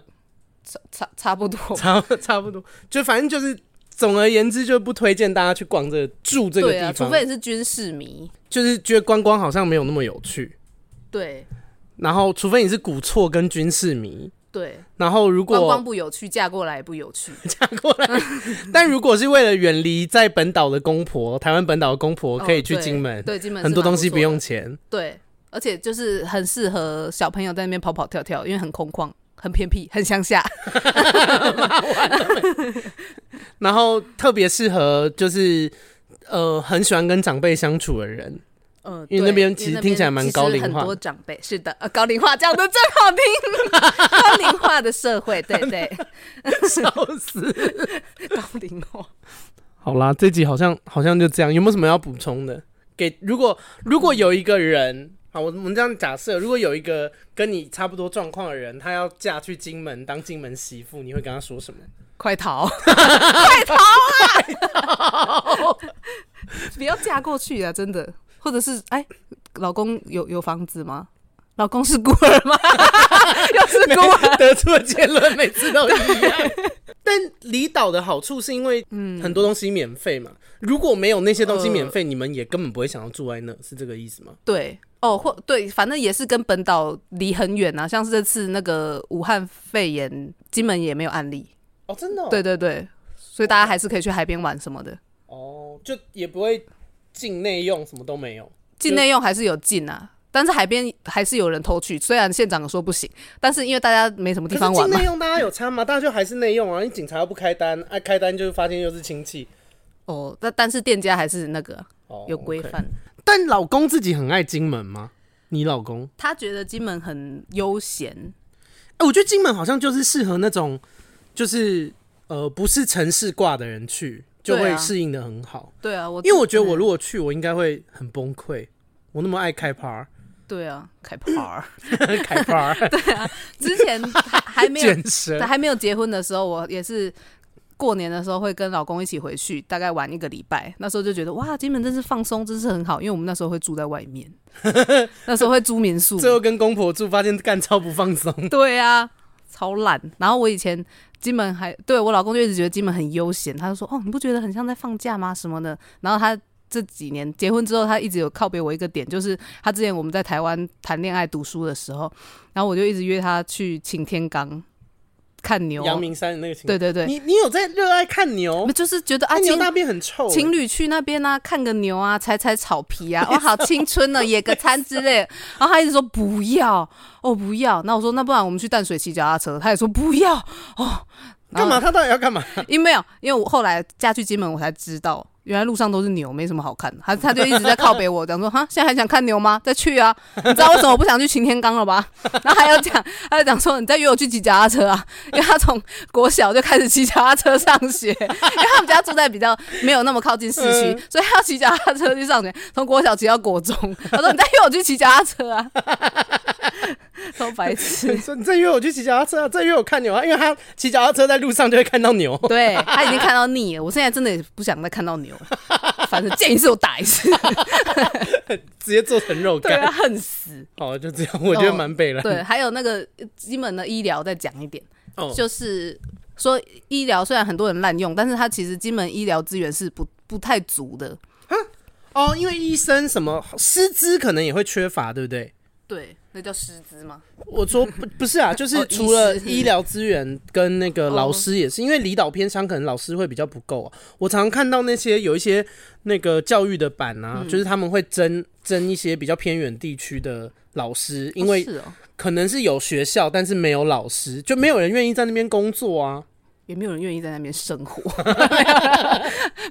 Speaker 3: 差差差不多，
Speaker 1: 差不差不多，就反正就是。总而言之，就不推荐大家去逛这个住这个
Speaker 3: 对
Speaker 1: 地
Speaker 3: 啊，
Speaker 1: 方，
Speaker 3: 除非你是军事迷，
Speaker 1: 就是觉得观光好像没有那么有趣。
Speaker 3: 对
Speaker 1: 然后，除非你是古厝跟军事迷，
Speaker 3: 对，
Speaker 1: 然后如果
Speaker 3: 观光不有趣，嫁过来也不有 趣。
Speaker 1: 嫁过来。但如果是为了远离在本岛的公婆，台湾本岛的公婆，可以去
Speaker 3: 哦对
Speaker 1: 金门，
Speaker 3: 对金门
Speaker 1: 很多东西
Speaker 3: 不
Speaker 1: 不
Speaker 3: 用。
Speaker 1: 用钱。
Speaker 3: 对，而且就是很适合小朋友在那边跑跑跳跳，因为很空旷、很偏僻、很乡下。
Speaker 1: 然后特别适合就是呃很喜欢跟长辈相处的人，
Speaker 3: 嗯，
Speaker 1: 因为
Speaker 3: 对
Speaker 1: 那边其实听起来蛮
Speaker 3: 其实
Speaker 1: 高龄化
Speaker 3: 很多长辈是的，呃，高龄化讲的真好听，高龄化的社会，对对，
Speaker 1: 笑死。
Speaker 3: 高龄化。
Speaker 1: 好啦，这集好像好像就这样，有没有什么要补充的？给如果如果有一个人。好，我我们这样假设，如果有一个跟你差不多状况的人，他要嫁去金门当金门媳妇，你会跟他说什么？
Speaker 3: 快 逃！啊快 逃 啊！不要嫁过去啊！真的，或者是哎，老公有有房子吗？老公是孤儿吗？ 又是孤 儿，
Speaker 1: 得出的结论每次 都一样。但离岛的好处是因为
Speaker 3: 嗯
Speaker 1: 很多东西免费嘛，如果没有那些东西
Speaker 3: 呃
Speaker 1: 免费，你们也根本不会想要住在那，是这个意思吗？
Speaker 3: 对，哦，或对，反正也是跟本岛离很远啊。像是这次那个武汉肺炎，金门也没有案例。
Speaker 1: 哦，真的、哦，
Speaker 3: 对对对，所以大家还是可以去海边玩什么的。
Speaker 1: 哦，就也不会境内用，什么都没有。
Speaker 3: 境内用还是有禁啊，但是海边还是有人偷去。虽然县长说不行，但是因为大家没什么地
Speaker 1: 可
Speaker 3: 方
Speaker 1: 是
Speaker 3: 玩
Speaker 1: 境
Speaker 3: 嘛
Speaker 1: 内，用大家有差吗？大家就还是内用啊，你警察又不开单，啊，开单就是发现又是亲戚，
Speaker 3: 哦，但但是店家还是那个
Speaker 1: 哦
Speaker 3: 有规
Speaker 1: OK
Speaker 3: 范。
Speaker 1: 但老公自己很爱金门吗？你老公？
Speaker 3: 他觉得金门很悠闲，
Speaker 1: 哎、我觉得金门好像就是适合那种，就是呃，不是城市挂的人去，就
Speaker 3: 对
Speaker 1: 会
Speaker 3: 啊
Speaker 1: 适应的很好。
Speaker 3: 对啊，我
Speaker 1: 因为我觉得我如果去，我应该会很崩溃。我那么爱开趴，
Speaker 3: 对啊， 开 par
Speaker 1: 开趴，
Speaker 3: 之前还还没有
Speaker 1: 健身
Speaker 3: 还没有结婚的时候，我也是过年的时候会跟老公一起回去，大概玩一个礼拜。那时候就觉得哇，金门真是放松，真是很好，因为我们那时候会住在外面，那时候会租民宿。
Speaker 1: 最后跟公婆住，发现干超不放松。
Speaker 3: 对啊，超懒。然后我以前金门还对我老公就一直觉得金门很悠闲，他就说哦，你不觉得很像在放假吗？什么的。然后他这几年结婚之后，他一直有靠别我一个点，就是他之前我们在台湾谈恋爱读书的时候，然后我就一直约他去擎天岗看牛。
Speaker 1: 阳明山的那个情
Speaker 3: 对
Speaker 1: 况，
Speaker 3: 对对，
Speaker 1: 你你有在热爱看牛？
Speaker 3: 就是觉得啊，
Speaker 1: 啊，
Speaker 3: 情
Speaker 1: 牛大便很臭、欸
Speaker 3: 情
Speaker 1: 侣
Speaker 3: 侣去那边啊，看个牛啊，踩踩草皮 啊，哇，好青春呢，野个餐之类的。然后他一直说不要，哦不要。那我说那不然我们去淡水骑脚踏车，他也说不要，哦。
Speaker 1: 干嘛？？他到底要干嘛？
Speaker 3: 因为没有，因为我后来嫁去金门，我才知道原来路上都是牛，没什么好看的。他他就一直在靠北我，讲说哈，现在还想看牛吗？再去啊！你知道为什么我不想去擎天岗了吧？ 然后还要讲，他就讲说你再约我去骑脚踏车啊，因为他从国小就开始骑脚踏车上学， 因为他们家住在比较没有那么靠近市区，
Speaker 1: 嗯
Speaker 3: 所以他要骑脚踏车去上学，从国小骑到国中。他说你再约我去骑脚踏车啊， 超白痴。
Speaker 1: 说你再约我去骑脚踏车、啊，再约我看牛啊，因为他骑脚踏车在路上就会看到牛。
Speaker 3: 对他已经看到腻了，我现在真的也不想再看到牛了。 反正见一次我 打一次，
Speaker 1: 直接做成肉
Speaker 3: 对
Speaker 1: 干。
Speaker 3: 啊，恨死。
Speaker 1: 好，就这样，我觉得蛮北了。
Speaker 3: 对，还有那个呃基本的医疗再讲一点，
Speaker 1: 哦，
Speaker 3: 就是说医疗虽然很多人滥用，但是它其实金门医疗资源是不不太足的。
Speaker 1: 哦，因为医生什么师资可能也会缺乏，对不对？
Speaker 3: 对，那叫师资吗？
Speaker 1: 我说 不不是啊，就是
Speaker 3: 哦
Speaker 1: 除了
Speaker 3: 医师
Speaker 1: 医疗资源跟那个
Speaker 3: 哦
Speaker 1: 老师也是，因为离岛偏乡可能老师会比较不够啊。我常常看到那些有一些那个教育的版啊，
Speaker 3: 嗯
Speaker 1: 就是他们会征征一些比较偏远地区的老师，因为
Speaker 3: 是哦，
Speaker 1: 可能是有学校，但是没有老师，就没有人愿意在那边工作啊。
Speaker 3: 也没有人愿意在那边生活。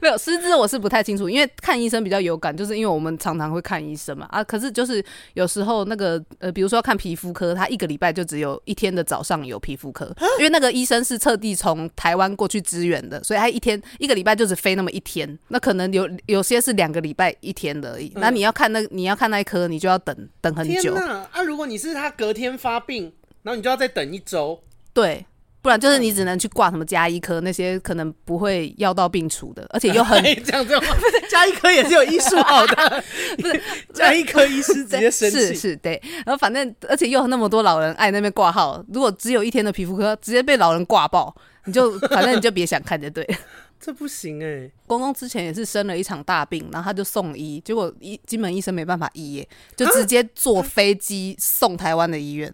Speaker 3: 没有师资我是不太清楚，因为看医生比较有感，就是因为我们常常会看医生嘛啊。可是就是有时候那个呃，比如说要看皮肤科，他一个礼拜就只有一天的早上有皮肤科，因为那个医生是特地从台湾过去支援的，所以他一天一个礼拜就只飞那么一天。那可能有有些是两个礼拜一天的而已。那你要看那你要看那一科，你就要等等很
Speaker 1: 天
Speaker 3: 久。
Speaker 1: 哪！啊，如果你是他隔天发病，然后你就要再等一周。
Speaker 3: 对，不然就是你只能去挂什么加医科那些可能不会药到病除的，而且又很
Speaker 1: 哎，这样这样， 加一科也是有医术好的， 加一科医 师直接生
Speaker 3: 是
Speaker 1: 气。
Speaker 3: 是对，然后反正而且又有那么多老人爱那边挂号，如果只有一天的皮肤科，直接被老人挂爆，你就反正你就别想看就对了。
Speaker 1: 这不行哎、
Speaker 3: 公公之前也是生了一场大病，然后他就送医，结果医金门医生没办法医耶，就直接
Speaker 1: 啊
Speaker 3: 坐飞机送台湾的医院。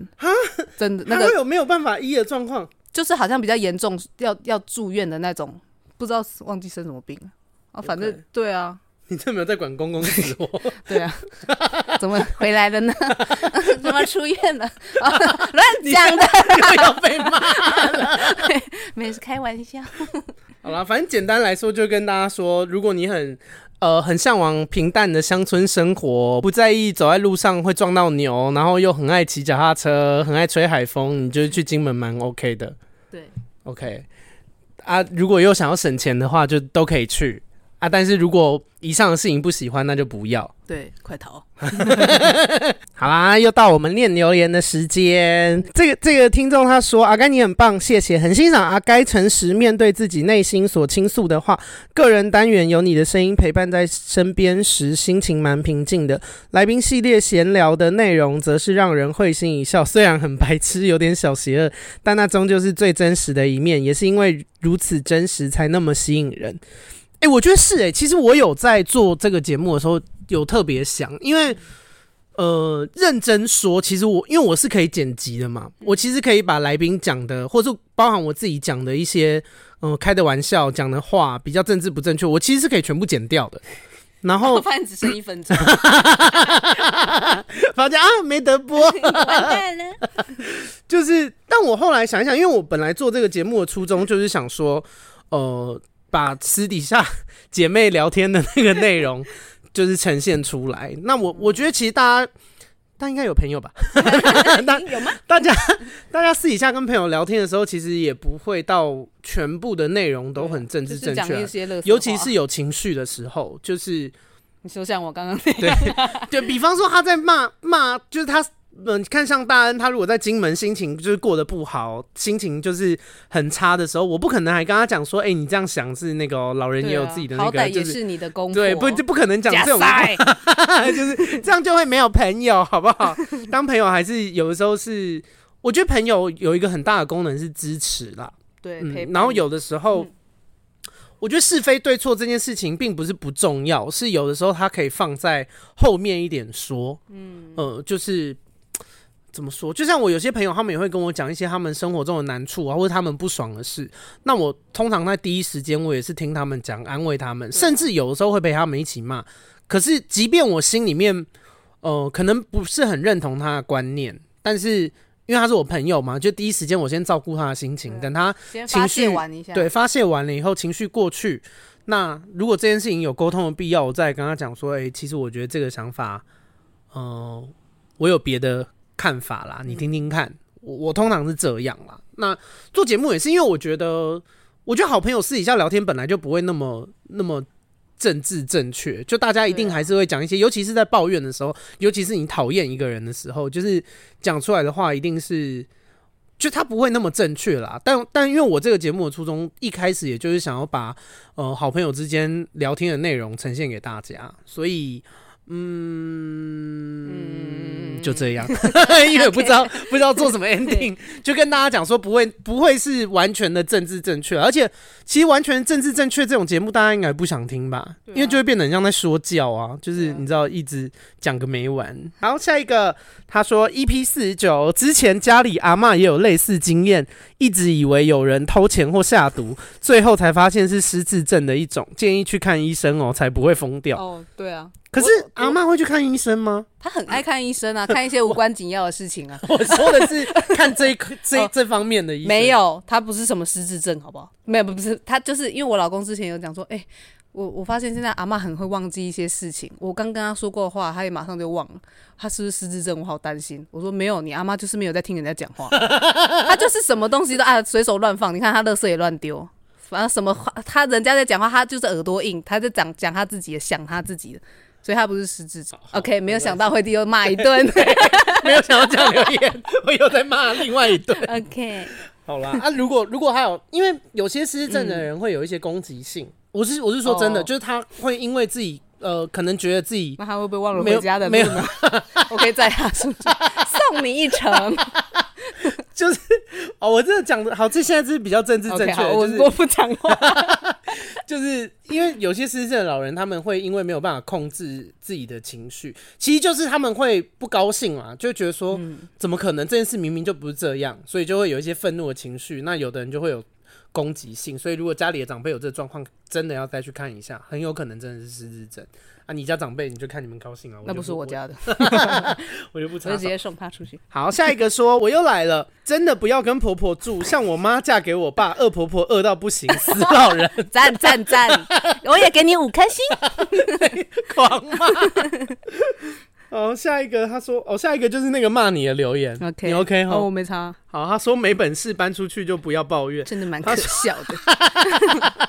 Speaker 3: 真的那
Speaker 1: 那个
Speaker 3: 个
Speaker 1: 有没有办法医的状况？
Speaker 3: 就是好像比较严重，要要住院的那种，不知道忘记生什么病了啊，反正
Speaker 1: OK
Speaker 3: 对啊，
Speaker 1: 你这没有在管公哦公死活？
Speaker 3: 对啊， 怎么回来了呢？ 怎么出院了？ 啊乱讲的，
Speaker 1: 又要被骂。
Speaker 3: 没事，开玩笑。
Speaker 1: 好啦，反正简单来说，就跟大家说，如果你很呃很向往平淡的乡村生活，不在意走在路上会撞到牛，然后又很爱骑脚踏车，很爱吹海风，你就去金门蛮 OK 的。
Speaker 3: 对
Speaker 1: ，OK 啊，如果又想要省钱的话，就都可以去啊。但是如果以上的事情不喜欢，那就不要。
Speaker 3: 对，快 逃！
Speaker 1: 好啦，又到我们念留言的时间。这个这个听众他说：“阿该你很棒，谢谢，很欣赏阿该诚实面对自己内心所倾诉的话。个人单元有你的声音陪伴在身边时，心情蛮平静的。来宾系列闲聊的内容则是让人会心一笑， 虽然很白痴，有点小邪恶，但那终究是最真实的一面。也是因为如此真实，才那么吸引人。”诶，我觉得是诶、其实我有在做这个节目的时候，有特别想，因为。呃，认真说，其实我因为我是可以剪辑的嘛，我其实可以把来宾讲的，或是包含我自己讲的一些，嗯、开的玩笑、讲的话比较政治不正确，我其实是可以全部剪掉的。然
Speaker 3: 我
Speaker 1: 后
Speaker 3: 发现只剩一分钟，
Speaker 1: 发现啊，没得 播，
Speaker 3: 完蛋了。
Speaker 1: 就是，但我后来想一想，因为我本来做这个节目的初衷就是想说，呃，把私底下姐妹聊天的那个内容， 就是呈现出来。那我我觉得其实大家，大家应该有朋友吧？ 大
Speaker 3: 哎有吗？
Speaker 1: 大家大家私底下跟朋友聊天的时候，其实也不会到全部的内容都很政
Speaker 3: 就
Speaker 1: 治
Speaker 3: 是
Speaker 1: 正
Speaker 3: 讲一
Speaker 1: 确，啊
Speaker 3: 些乐，
Speaker 1: 尤其是有情绪的时候，就是
Speaker 3: 你说像我刚刚那个，
Speaker 1: 对，就比方说他在骂骂，就是他，嗯，看像大恩，他如果在金门心情就是过得不好，心情就是很差的时候，我不可能还跟他讲说，哎、你这样想是那个哦、老人也有自己的那
Speaker 3: 啊好
Speaker 1: 个，
Speaker 3: 歹
Speaker 1: 就
Speaker 3: 也
Speaker 1: 是
Speaker 3: 是你的功夫，哦
Speaker 1: 对，不就不可能讲
Speaker 3: 假
Speaker 1: 这种话，
Speaker 3: 赛
Speaker 1: 就是这样就会没有朋友，好不好？当朋友还是有的时候是，我觉得朋友有一个很大的功能是支持啦，
Speaker 3: 对，陪
Speaker 1: 嗯，
Speaker 3: 伴
Speaker 1: 然后有的时候。
Speaker 3: 嗯
Speaker 1: 我觉得是非对错这件事情并不是不重要，是有的时候它可以放在后面一点说。嗯，呃，就是怎么说？就像我有些朋友，他们也会跟我讲一些他们生活中的难处啊，或者他们不爽的事。那我通常在第一时间，我也是听他们讲，安慰他们，甚至有的时候会陪他们一起骂。可是，即便我心里面，呃，可能不是很认同他的观念，但是因为他是我朋友嘛，就第一时间我先照顾他的心情，
Speaker 3: 对啊
Speaker 1: 等他
Speaker 3: 先
Speaker 1: 情
Speaker 3: 发
Speaker 1: 绪
Speaker 3: 泄完一下，
Speaker 1: 对，发泄完了以后，情绪过去，那如果这件事情有沟通的必要，我再跟他讲说，哎、其实我觉得这个想法，嗯、我有别的看法啦，你听听看。我我通常是这样啦。那做节目也是因为我觉得，我觉得好朋友私底下聊天本来就不会那么那么。政治正确，就大家一定
Speaker 3: 对啊
Speaker 1: 还是会讲一些，尤其是在抱怨的时候，尤其是你讨厌一个人的时候，就是讲出来的话一定是就他不会那么正确啦，但但因为我这个节目的初衷一开始也就是想要把呃好朋友之间聊天的内容呈现给大家，所以嗯就这样， 因为不知 道不知道做什么 ending，就跟大家讲说不会不会是完全的政治正确，而且其实完全政治正确这种节目大家应该不想听吧，
Speaker 3: 对啊
Speaker 1: 因为就会变得很像在说教啊，就是
Speaker 3: 对啊
Speaker 1: 你知道一直讲个没完。好，下一个他说 EP 四十九之前家里阿嬷也有类似经验，一直以为有人偷钱或下毒，最后才发现是失智症的一种，建议去看医生哦，才不会疯掉。
Speaker 3: 哦，对啊，
Speaker 1: 可是
Speaker 3: 我
Speaker 1: 阿嬷会去看医生吗？
Speaker 3: 他很爱看医生啊，看一些无关紧要的事情啊。
Speaker 1: 我说的是看这一科这
Speaker 3: 哦
Speaker 1: 这方面的医生，
Speaker 3: 没有，他不是什么失智症，好不好？没有，不是，他就是因为我老公之前有讲说，哎、我我发现现在阿嬷很会忘记一些事情，我刚跟他说过的话，他也马上就忘了，他是不是失智症？我好担心。我说没有，你阿妈就是没有在听人家讲 话，他就是什么东西都啊随手乱放，你看他垃圾也乱丢。反正什么话，他人家在讲话，他就是耳朵硬，他在讲讲他自己的，想他自己的，所以他不是失智症。OK，没有想到会又骂 一顿。
Speaker 1: 没有想要这样留言， 我又在骂另外一对。
Speaker 3: OK，
Speaker 1: 好啦， 啊，如果如果还有，因为有些失智症的人会有一些攻击性，我是我是说真的，
Speaker 3: 嗯哦
Speaker 1: 就是他会因为自己呃，可能觉得自己
Speaker 3: 那他会不会忘了
Speaker 1: 没有
Speaker 3: 回家的路
Speaker 1: 没有
Speaker 3: 呢？ 我可以载他出去， 送你一 程。
Speaker 1: 就是哦，我真的讲的好，这现在是比较政治正
Speaker 3: OK，
Speaker 1: 确
Speaker 3: 好，
Speaker 1: 的，
Speaker 3: 我
Speaker 1: 就是
Speaker 3: 我不讲话。
Speaker 1: 就是因为有些失智症的老人，他们会因为没有办法控制自己的情绪，其实就是他们会不高兴嘛，就觉得说、
Speaker 3: 嗯
Speaker 1: 怎么可能这件事明明就不是这样，所以就会有一些愤怒的情绪。那有的人就会有攻击性，所以如果家里的长辈有这个状况，真的要再去看一下，很有可能真的是失智症。啊，你家长辈你就看你们高兴啊，
Speaker 3: 那
Speaker 1: 就
Speaker 3: 不是我，家的，
Speaker 1: 我就不
Speaker 3: 我
Speaker 1: 插
Speaker 3: 就直
Speaker 1: 手。
Speaker 3: 接送他 出去。
Speaker 1: 好，下一个说我又来了，真的不要跟婆婆住，像我妈嫁给我爸，恶婆婆恶到不行，死老人。
Speaker 3: 赞赞 赞！我也给你五颗星。
Speaker 1: 狂 骂。哦，下一个他说，哦，下一个就是那个骂你的留言
Speaker 3: OK，
Speaker 1: 你 OK 哈、
Speaker 3: 哦，我没差，
Speaker 1: 好，他说没本事搬出去就不要抱怨。
Speaker 3: 真的蛮
Speaker 1: 他
Speaker 3: 可笑 的。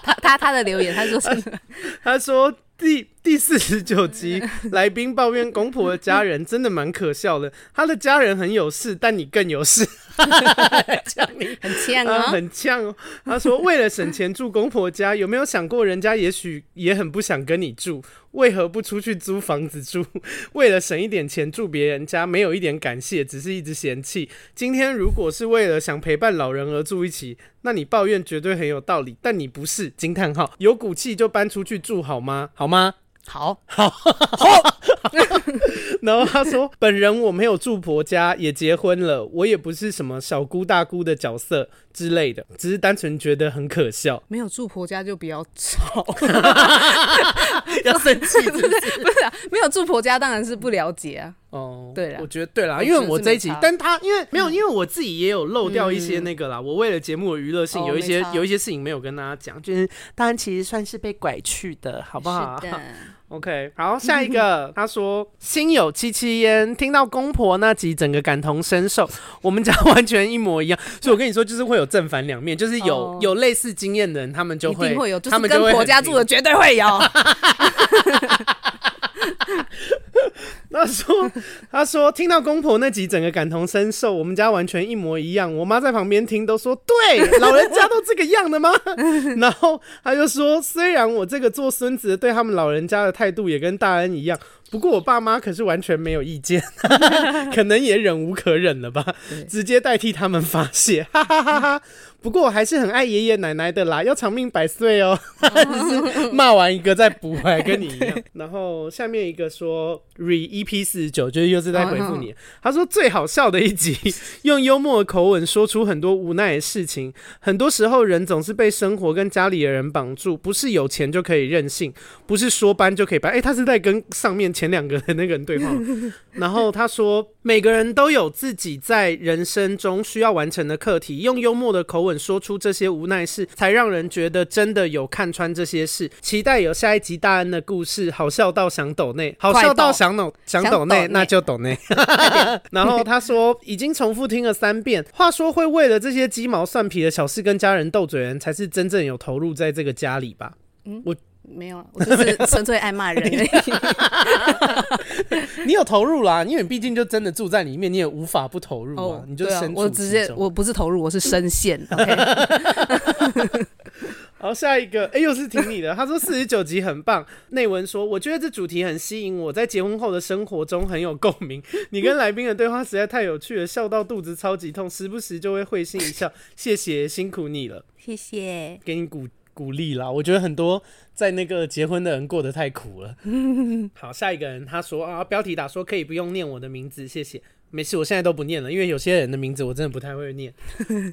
Speaker 3: 他他他的留言，他说真的，
Speaker 1: 他说第第四十九集来宾抱怨公婆的家人真的蛮可笑的，他的家人很有事，但你更有事，讲你。
Speaker 3: 很呛
Speaker 1: 啊，
Speaker 3: 哦。
Speaker 1: 很呛哦。他说，为了省钱住公婆家，有没有想过人家也许也很不想跟你住，为何不出去租房子住？ 为了省一点钱住别人家，没有一点感谢，只是一直嫌弃。今天如果是为了想陪伴老人而住一起，那你 抱怨绝对很有道理，但你不是。惊叹号，有骨气就搬出去住好吗？好吗？
Speaker 3: 好，
Speaker 1: 然后他说：“本人我没有住婆家，也结婚了，我也不是什么小姑大姑的角色之类的，只是单纯觉得很可笑。
Speaker 3: 没有住婆家就比较 吵，
Speaker 1: 要生气是不是
Speaker 3: 啊没有住婆家当然是不了解啊。
Speaker 1: 哦，
Speaker 3: 对啦
Speaker 1: 我觉得对啦，
Speaker 3: 我
Speaker 1: 因为
Speaker 3: 觉得
Speaker 1: 我
Speaker 3: 是
Speaker 1: 这一
Speaker 3: 没
Speaker 1: 集
Speaker 3: 差，嗯
Speaker 1: 但他因为没有，因为我自己也有漏掉一些那个啦。我为了节目的娱乐性，
Speaker 3: 哦
Speaker 1: 有一些
Speaker 3: 没差
Speaker 1: 有一些事情没有跟大家讲，就是当然其实算是被拐去的，好不好
Speaker 3: 是的，
Speaker 1: ？OK，好，下一个他说心有戚戚焉，听到公婆那集，整个感同身受， 我们家完全一模一样。所以我跟你说，就是会有正反两面，就是有、
Speaker 3: 哦
Speaker 1: 有类似经验的人，他们就
Speaker 3: 一
Speaker 1: 会
Speaker 3: 定会有，就
Speaker 1: 他
Speaker 3: 是
Speaker 1: 们
Speaker 3: 跟
Speaker 1: 就会
Speaker 3: 婆
Speaker 1: 很
Speaker 3: 家
Speaker 1: 理
Speaker 3: 住的绝对 会有。
Speaker 1: 他说：“他说听到公婆那集，整个感同身受，我们家完全一模一样。我妈在旁边听都说，对，老人家都这个样的吗？ 然后他就说，虽然我这个做孙子的对他们老人家的态度也跟大恩一样，不过我爸妈可是完全没有意见， 可能也忍无可忍了吧
Speaker 3: 对，
Speaker 1: 直接代替他们发泄， 哈哈哈哈。”不过我还是很爱爷爷奶奶的啦，要长命百岁哦。 就是骂完一个再补回来，跟你一样。然后下面一个说 re EP 四十九，就是又是在回复你。他说最好笑的一集，用幽默的口吻说出很多无奈的事情。很多时候人总是被生活跟家里的人绑住，不是有钱就可以任性，不是说搬就可以搬。哎、他是在跟上面前两个的那个人对话吗。然后他说，每个人都有自己在人生中需要完成的课题，用幽默的口吻说出这些无奈事，才让人觉得真的有看穿这些事。期待有下一集大恩的故事，好笑到想抖内，好笑到想抖想抖内，
Speaker 3: 想抖内
Speaker 1: 那就抖内。 然后他说，已经重复听了三遍。话说，会为了这些鸡毛蒜皮的小事跟家人斗嘴的人，才是真正有投入在这个家里吧？
Speaker 3: 没有啊，我就是纯粹爱骂人而已。
Speaker 1: 你有投入啦，因为你毕竟就真的住在里面，你也无法不投入啊，
Speaker 3: 哦，
Speaker 1: 你就
Speaker 3: 对啊
Speaker 1: 身处
Speaker 3: 我直接
Speaker 1: 其中
Speaker 3: 我不是投入，我是 深陷。OK，
Speaker 1: 好，下一个，哎、 又是挺你的。他说四十九集很棒。内文说，我觉得这主题很吸引我，在结婚后的生活中很有共鸣。你跟来宾的对话实在太有趣了，笑到肚子超级痛，时不时就会会心一笑。谢谢，辛苦你了，
Speaker 3: 谢谢。
Speaker 1: 给你鼓鼓励啦。我觉得很多在那个结婚的人过得太苦 了。好，下一个人他说啊，标题打说可以不用念我的名字，谢谢。没事，我现在都不念了，因为有些人的名字我真的不太会 念，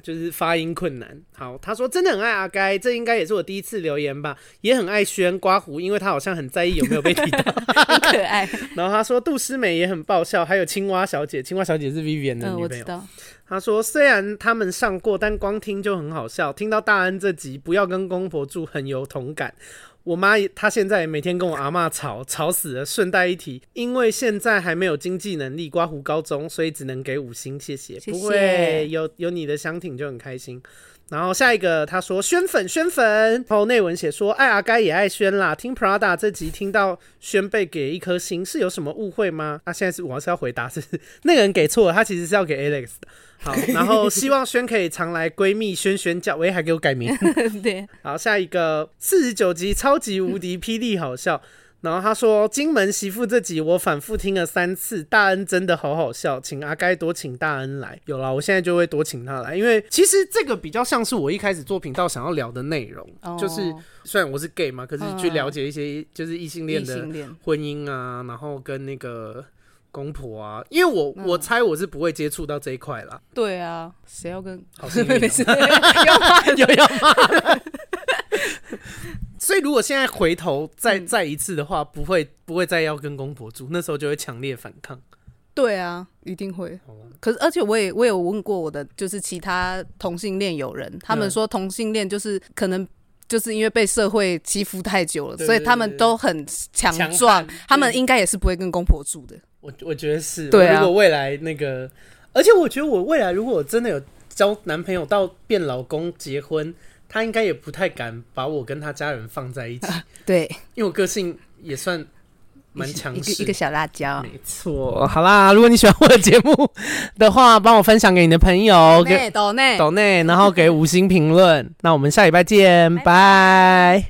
Speaker 1: 就是发音困难。好，他说真的很爱阿该，这应该也是我第一次留言吧，也很爱轩刮胡，因为他好像很在意有没有被提到。
Speaker 3: 很可爱。
Speaker 1: 然后他说杜诗美也很爆笑，还有青蛙小姐，青蛙小姐是 Vivian 的
Speaker 3: 嗯，
Speaker 1: 女朋
Speaker 3: 我知
Speaker 1: 友。
Speaker 3: 道。
Speaker 1: 他说：“虽然他们上过，但光听就很好笑。听到大安这集，不要跟公婆住，很有同感。我妈也她现在也每天跟我阿嬷吵，吵死了。顺带一提，因为现在还没有经济能力，刮胡高中，所以只能给五星，谢谢。
Speaker 3: 谢谢
Speaker 1: 不会有有你的相挺就很开心。”然后下一个他说宣粉宣粉，然后内文写说爱哎阿该也爱宣啦。听 Prada 这集听到宣被给一颗星，是有什么误会吗？啊，现在是我是要回答是 那个人给错了，他其实是要给 Alex 的。好，然后希望轩可以常来闺蜜轩轩叫，喂，还给我改名。
Speaker 3: 对，
Speaker 1: 好，下一个四十九集超级无敌霹雳好笑。然后他说金门媳妇这集我反复听了三次，大恩真的好好笑，请阿该多请大恩来。有啦，我现在就会多请他来，因为其实这个比较像是我一开始做频道想要聊的内容，
Speaker 3: 哦
Speaker 1: 就是虽然我是 gay 嘛，可是去
Speaker 3: 嗯
Speaker 1: 了解一些就是异性恋
Speaker 3: 异
Speaker 1: 的
Speaker 3: 性恋。
Speaker 1: 婚姻啊，然后跟那个公婆啊，因为我、我猜我是不会接触到这一块啦。
Speaker 3: 对啊，谁要跟？
Speaker 1: 好幸运哦
Speaker 3: 没事，要骂
Speaker 1: 有要骂。 所以如果现在回头再
Speaker 3: 嗯
Speaker 1: 再一次的话，不会不会再要跟公婆住，那时候就会强烈反抗。
Speaker 3: 对啊，一定会。
Speaker 1: 哦
Speaker 3: 可是，而且我也我有问过我的，就是其他同性恋友人，他们
Speaker 1: 嗯
Speaker 3: 说同性恋就是可能。就是因为被社会欺负太久了，
Speaker 1: 对
Speaker 3: 所以
Speaker 1: 对
Speaker 3: 他们
Speaker 1: 对
Speaker 3: 都很强
Speaker 1: 强
Speaker 3: 壮
Speaker 1: 悍，嗯
Speaker 3: 他们
Speaker 1: 对
Speaker 3: 应该也是不会跟公婆住的。
Speaker 1: 我我觉得是，
Speaker 3: 对啊
Speaker 1: 如果未来那个，而且我觉得我未来如果我真的有交男朋友到变老公结婚，他应该也不太敢把我跟他家人放在一 起，
Speaker 3: 对，
Speaker 1: 因为我个性也算蛮
Speaker 3: 一
Speaker 1: 强
Speaker 3: 个
Speaker 1: 势嗯
Speaker 3: 一个
Speaker 1: 的。
Speaker 3: 小辣椒，
Speaker 1: 没错，好啦，如果你喜欢我的节目的话，帮我分享给你的朋友，给
Speaker 3: 内斗内
Speaker 1: 岛内，然后给五星评论。那我们下礼拜见，拜。